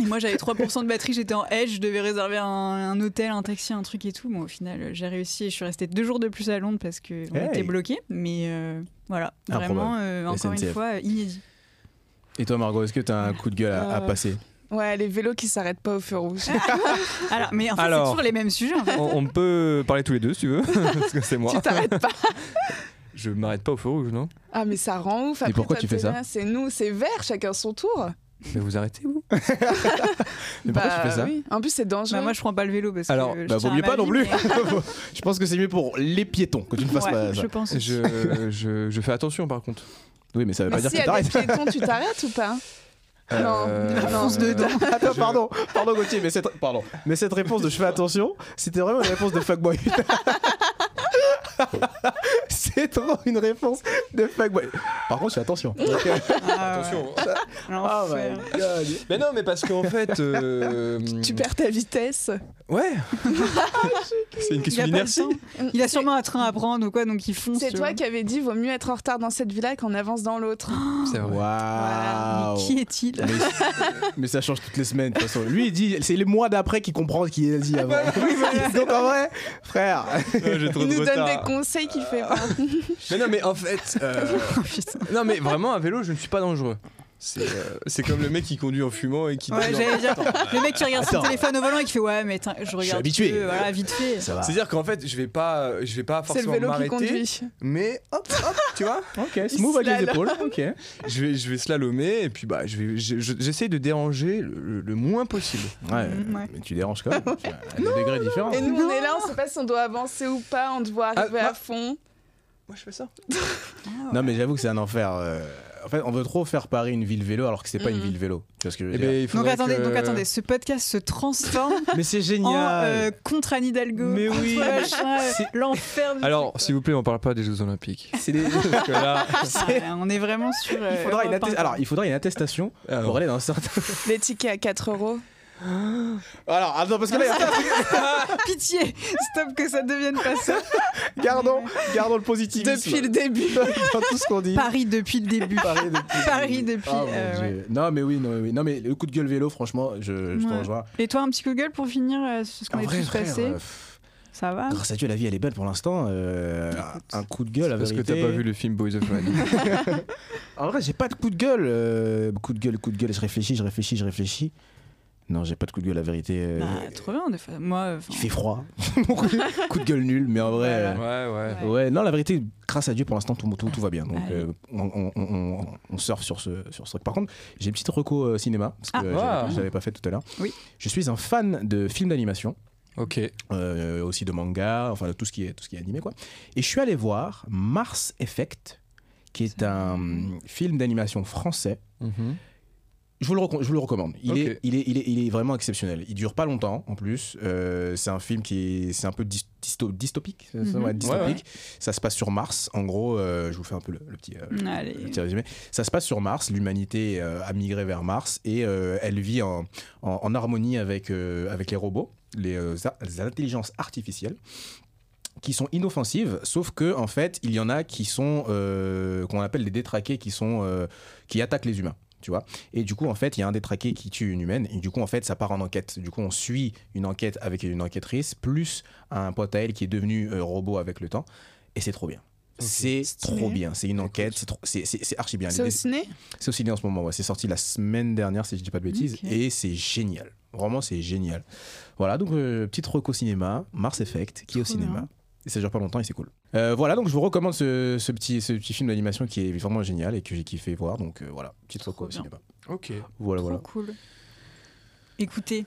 Et moi, j'avais 3% de batterie, j'étais en edge, je devais réserver un, un hôtel, un taxi, un truc et tout. Bon, au final, j'ai réussi et je suis restée deux jours de plus à Londres parce qu'on
Hey.
était bloqués. Mais euh, voilà,
Improbable.
vraiment, euh, encore une
SNCF.
fois, euh, inédit.
Et toi, Margot, est-ce que t'as un coup de gueule à, à
Euh,
passer
Ouais, les vélos qui s'arrêtent pas au feu rouge.
Alors, mais en fait, c'est
Alors.
toujours les mêmes sujets, en fait.
on, on peut parler tous les deux si tu veux, parce que c'est moi.
tu t'arrêtes pas.
Je m'arrête pas au feu rouge, non
Ah, mais ça rend ouf. Après,
pourquoi
toi,
tu fais
t'es
ça
là, C'est nous, c'est vert, chacun son tour.
Mais vous arrêtez, vous
Mais pourquoi tu fais ça
Bah oui. En plus, c'est dangereux.
Bah, moi, je prends pas le vélo parce
Alors,
que. je
Bah, vaut
tiens à
mieux
ma
pas non
vie,
plus.
mais-
je pense que c'est mieux pour les piétons que tu ne fasses
Ouais,
pas ça.
je pense. aussi.
je, je, je fais attention par contre.
Oui, mais ça veut
mais
pas dire
si
que
elle est
t'arrêtes. Euh,
piéton, tu t'arrêtes ou pas Non, non.
fonce dedans.
Attends, pardon, Euh, pardon Gauthier, mais cette, pardon. mais cette réponse de je fais attention, c'était vraiment une réponse de fuckboy. C'est trop une réponse de fuckboy. Par contre, je fais attention. Donc, euh,
Ah, ouais.
Attention.
Ah
L'enfer.
god.
Mais non, mais parce qu'en fait. euh,
Hmm.
Tu perds Ah, ta vitesse.
Ouais C'est une
Il
question
a, pas le
d'inertie.
temps. Il a sûrement un train à prendre ou quoi, donc il fonce.
C'est
tu
toi
vois.
qui avais dit vaut mieux être en retard dans cette vie-là qu'en avance dans l'autre.
C'est vrai.
Waouh.
Mais qui est-il
Mais, mais ça change toutes les semaines de toute façon. Lui il dit c'est les mois d'après qu'il comprend ce qu'il a dit avant. Donc en vrai, frère,
Ouais, j'ai trop
Il
de
nous donne
retard.
des conseils qu'il fait
Ah,
pas.
Mais non, mais en fait. euh,
Oh,
non, mais vraiment, à vélo, je ne suis pas dangereux. C'est euh, c'est comme le mec qui conduit en fumant et qui.
Ouais,
dit-
j'allais dire. Le mec qui regarde
Attends.
son téléphone au volant et qui fait Ouais, mais t'in- je regarde.
habitué.
peu, voilà, vite fait.
ça va.
C'est-à-dire qu'en fait, je vais pas, je vais pas
C'est le
forcément
vélo qui
m'arrêter,
conduit.
mais hop, hop, tu vois,
Ok, smooth avec les
slalom.
épaules. Ok.
je vais, je vais slalomer et puis bah, je vais, je- je- j'essaie de déranger le, le- le moins possible.
Ouais,
Mm, ouais.
mais tu déranges quand même. À des degrés différents.
Et nous, on
Non.
est là, on sait pas si on doit avancer ou pas, on doit arriver
Ah,
à fond.
Moi, je fais ça.
Ah
Non, mais j'avoue que c'est un enfer. euh, En fait, on veut trop faire Paris une ville vélo alors que c'est pas une
Mm.
Mhm.
ville vélo. Tu vois ce que je veux
Et
dire
ben, il
Donc
faudrait
attendez,
que-
donc attendez, ce podcast se transforme
ben, Mais c'est
en
génial.
euh, contre Anne Hidalgo.
Mais
contre
oui.
machin, euh,
C'est-
l'enfer. du
Alors,
truc,
s'il vous plaît, on parle pas des Jeux Olympiques.
C'est des-
Parce que là,
quoi. Ah, on est vraiment sur.
il faudra une atte- Alors, il faudra une attestation
alors,
pour aller dans un certain.
Les tickets à 4 euros.
Alors, attends, parce que là, il y a plein de trucs.
Pitié, stop que ça devienne pas ça.
gardons, gardons le positivisme.
Depuis le début.
dans tout ce qu'on dit.
Paris depuis le début.
Paris depuis.
Paris depuis.
Ah, mon
euh, ouais.
Dieu. Non, mais oui, non, mais oui. Non, mais le coup de gueule vélo, franchement, je, je te
Ouais.
rejoins.
Et toi, un petit coup de gueule pour finir euh, sur ce qu'on
En
est
vrai,
tous
frère,
passés
euh, pff,
Ça va
grâce à Dieu, la vie, elle est belle pour l'instant. euh, un coup de gueule, la
Parce que
vérité.
t'as pas vu le film Boys of Run.
En vrai, j'ai pas de coup de gueule. euh, coup de gueule, coup de gueule. Je réfléchis, je réfléchis, je réfléchis. Non, j'ai pas de coup de gueule, la vérité. euh,
Bah, trop bien, des fois. Moi, euh,
il
enfin,
fait froid. Mon coup de- coup de gueule nul, mais en vrai.
Voilà.
euh,
ouais, ouais.
Ouais.
Ouais, non, la vérité, grâce à Dieu, pour l'instant, tout, tout, tout va bien. Donc,
Allez.
euh, on, on, on- on- on surfe sur ce, sur ce truc. Par contre, j'ai une petite reco euh, cinéma, parce que
Ah.
euh,
Ah.
j'avais- je l'avais pas fait tout à l'heure.
Oui.
Je suis un fan de films d'animation,
Ok.
euh, aussi de manga, enfin de tout ce, qui est, tout ce qui est animé, quoi. Et je suis allé voir Mars Effect, qui est un euh, film d'animation français.
Mhm.
Je vous le, recom- je vous le recommande. Il,
Ok.
est, il, est, il, est, il est vraiment exceptionnel. Il dure pas longtemps en plus. Euh, c'est un film qui est, c'est un peu dys- dysto- dystopique. c'est ça,
Mhm.
ouais, dystopique.
Ouais,
Ça se passe sur Mars. En gros, euh, je vous fais un peu le, le petit, euh, le
Allez.
petit résumé. Ça se passe sur Mars. L'humanité euh, a migré vers Mars et euh, elle vit en, en- en harmonie avec, euh, avec les robots, les, euh, a- les intelligences artificielles qui sont inoffensives, sauf que en fait, il y en a qui sont euh, qu'on appelle des détraqués, qui sont euh, qui attaquent les humains. Tu vois et du coup, en fait, il y a un détraqué qui tue une humaine. Et du coup, en fait, ça part en enquête. Du coup, on suit une enquête avec une enquêtrice, plus un pote à elle qui est devenu euh, robot avec le temps. Et c'est trop bien.
Ok.
C'est
Stylé.
trop bien. C'est une enquête. C'est trop- C'est c'est- c'est archi bien.
C'est au
Les-
ciné
C'est aussi bien en ce moment. ouais. C'est sorti la semaine dernière, si je dis pas de bêtises.
Ok.
Et c'est génial. Vraiment, c'est génial. Voilà, donc euh, petite reco cinéma, Mars Effect, qui est au
Trop
cinéma.
bien.
Et ça dure pas longtemps et c'est cool. Euh, voilà, donc je vous recommande ce, ce petit, ce petit film d'animation qui est vraiment génial et que j'ai kiffé voir. Donc euh, voilà, petite
Trop
reco au
bien.
cinéma.
Ok.
Voilà,
Trop
voilà.
cool. Écoutez,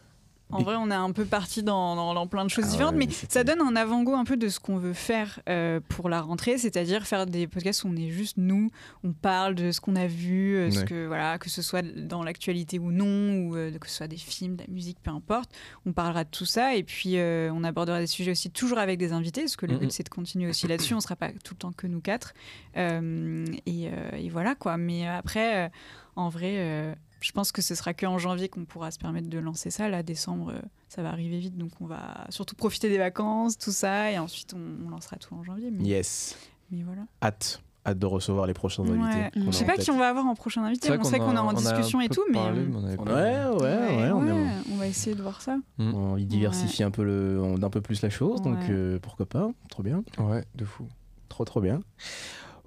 en
Et-
vrai, on est un peu parti dans, dans- dans plein de choses
Ah
différentes,
ouais,
mais
mais c'était-
ça donne un avant-goût un peu de ce qu'on veut faire euh, pour la rentrée, c'est-à-dire faire des podcasts où on est juste nous, on parle de ce qu'on a vu, euh, ce
Ouais.
que voilà, que ce soit dans l'actualité ou non, ou euh, que ce soit des films, de la musique, peu importe. On parlera de tout ça et puis euh, on abordera des sujets aussi toujours avec des invités, parce que le
Mm,
Mhm.
but c'est de continuer aussi là-dessus. On sera pas tout le temps que nous quatre. Euh, et, euh, et voilà quoi. Mais euh, après, euh, en vrai, euh, je pense que ce sera qu'en janvier qu'on pourra se permettre de lancer ça. Là, décembre, euh, ça va arriver vite. Donc on va surtout profiter des vacances, tout ça. Et ensuite, on, on lancera tout en janvier. Mais,
Yes.
mais voilà.
Hâte. Hâte de recevoir les prochains
Ouais.
invités. qu'on
Je
a
Je sais
en
pas
tête.
qui on va avoir en prochain invité. On sait qu'on est en discussion et tout, mais. euh,
Ouais, ouais, ouais. on, est-
ouais, on va essayer de voir ça.
on a envie de diversifier un, peu le, on- un peu plus la chose, donc
Ouais.
euh, pourquoi pas. Trop bien.
Ouais, de fou.
Trop, trop bien.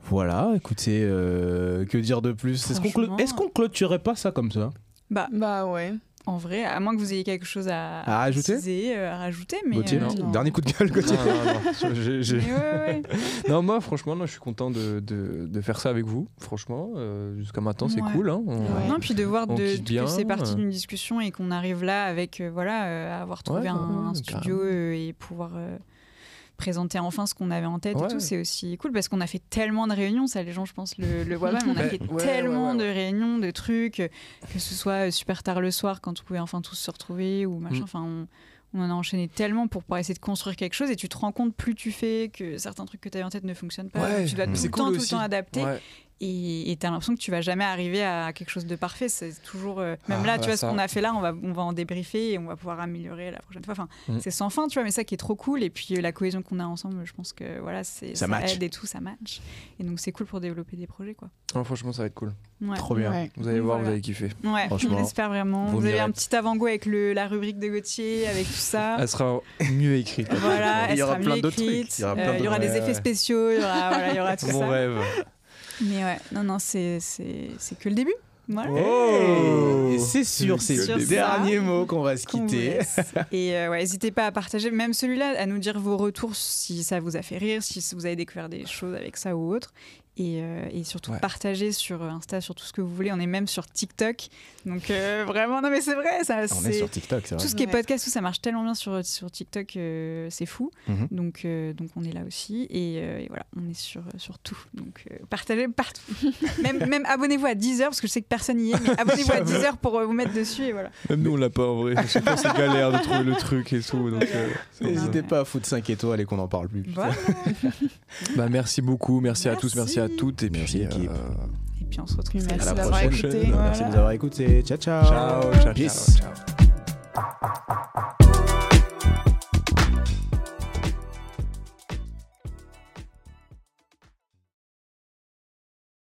Voilà, écoutez, euh, que dire de plus Est-ce qu'on clo-
Franchement.
est-ce qu'on clôturerait pas ça comme ça
Bah,
Bah ouais.
en vrai, à moins que vous ayez quelque chose à,
À ajouter
teaser, euh, à rajouter, mais.
Gauthier,
euh,
non.
non.
dernier coup de gueule, Gauthier.
Non, non, non, j'ai- j'ai-
Mais ouais, ouais.
non, moi, franchement, non, je suis content de, de, de faire ça avec vous. Franchement, euh, jusqu'à maintenant, c'est
Ouais.
cool. hein. On-
Ouais.
Non, puis de voir
On
de,
kiffe bien,
que c'est parti
euh.
d'une discussion et qu'on arrive là avec euh, voilà euh, avoir trouvé
Ouais,
un, un
ouais,
studio euh, et pouvoir euh, présenter enfin ce qu'on avait en tête et
Ouais.
tout, c'est aussi cool parce qu'on a fait tellement de réunions, ça les gens je pense le, le voient pas, mais on a
Ouais,
fait
ouais, ouais,
tellement
ouais, ouais.
de réunions, de trucs, euh, que ce soit euh, super tard le soir quand on pouvait enfin tous se retrouver ou machin,
Mm.
enfin on, on en a enchaîné tellement pour pouvoir essayer de construire quelque chose et tu te rends compte plus tu fais que certains trucs que tu avais en tête ne fonctionnent pas,
Ouais, Mm.
tu dois tout
mais
le
c'est
cool
temps, tout le
aussi.
temps adapter
Ouais.
et et t'as l'impression que tu vas jamais arriver à quelque chose de parfait. C'est toujours. euh, même
Ah,
là,
bah
tu vois,
ça.
ce qu'on a fait là, on va, on va en débriefer et on va pouvoir améliorer la prochaine fois. Enfin,
Mm.
c'est sans fin, tu vois, mais ça qui est trop cool. Et puis euh, la cohésion qu'on a ensemble, je pense que voilà, c'est,
Ça match.
aide et tout, ça match. Et donc c'est cool pour développer des projets, quoi.
Non, franchement, ça va être cool.
Ouais,
Trop bien.
Ouais.
Vous allez
Oui,
voir,
voilà.
vous allez kiffer.
ouais
Franchement,
on espère vraiment.
vaut
Vous
mieux
avez un
être.
petit avant-goût avec le, la rubrique de Gauthier, avec tout ça.
Elle sera mieux écrite.
voilà,
Ah, Il y
elle
aura
sera
plein
mieux
d'autres trucs.
écrite.
Il y aura
Euh,
plein
Il y aura
d'autres-
des
Ouais,
effets
ouais.
spéciaux, il y aura, voilà, il y aura tout
Mon
ça.
rêve.
Mais ouais, non, non, c'est, c'est, c'est que le début. Voilà.
Oh
Et c'est sur ces
Sur ça.
derniers mots qu'on va se
qu'on vous
quitter.
laisse. Et euh, ouais, n'hésitez pas à partager, même celui-là, à nous dire vos retours si ça vous a fait rire, si vous avez découvert des choses avec ça ou autre. Et, euh, et surtout
Ouais.
partagez sur euh, Insta, sur tout ce que vous voulez. On est même sur TikTok. Donc euh, vraiment, non mais c'est vrai, ça,
On est
c'est
sur TikTok, c'est vrai.
tout ce qui est
Ouais.
podcast, tout ça marche tellement bien sur, sur TikTok, euh, c'est fou.
Mhm.
donc, euh, donc on est là aussi. Et, euh, et voilà, on est sur, sur tout. Donc euh, partagez partout. même même abonnez-vous à 10 heures, parce que je sais que personne n'y est, mais abonnez-vous à 10 heures pour euh, vous mettre dessus. Et voilà.
Même nous, on l'a pas en vrai. Je sais pas, c'est galère de trouver le truc et tout. donc, euh,
N'hésitez
Ouais.
pas à foutre 5 étoiles et qu'on n'en parle plus.
voilà.
Bah, merci beaucoup. Merci, à tous. Merci à
Merci.
toutes. Et
Merci,
puis,
l'équipe.
euh,
Et puis on se retrouve
Merci
À la
d'avoir
prochaine.
écouté.
Merci de nous avoir écoutés. Ciao, ciao.
ciao, ciao, ciao,
Peace.
ciao.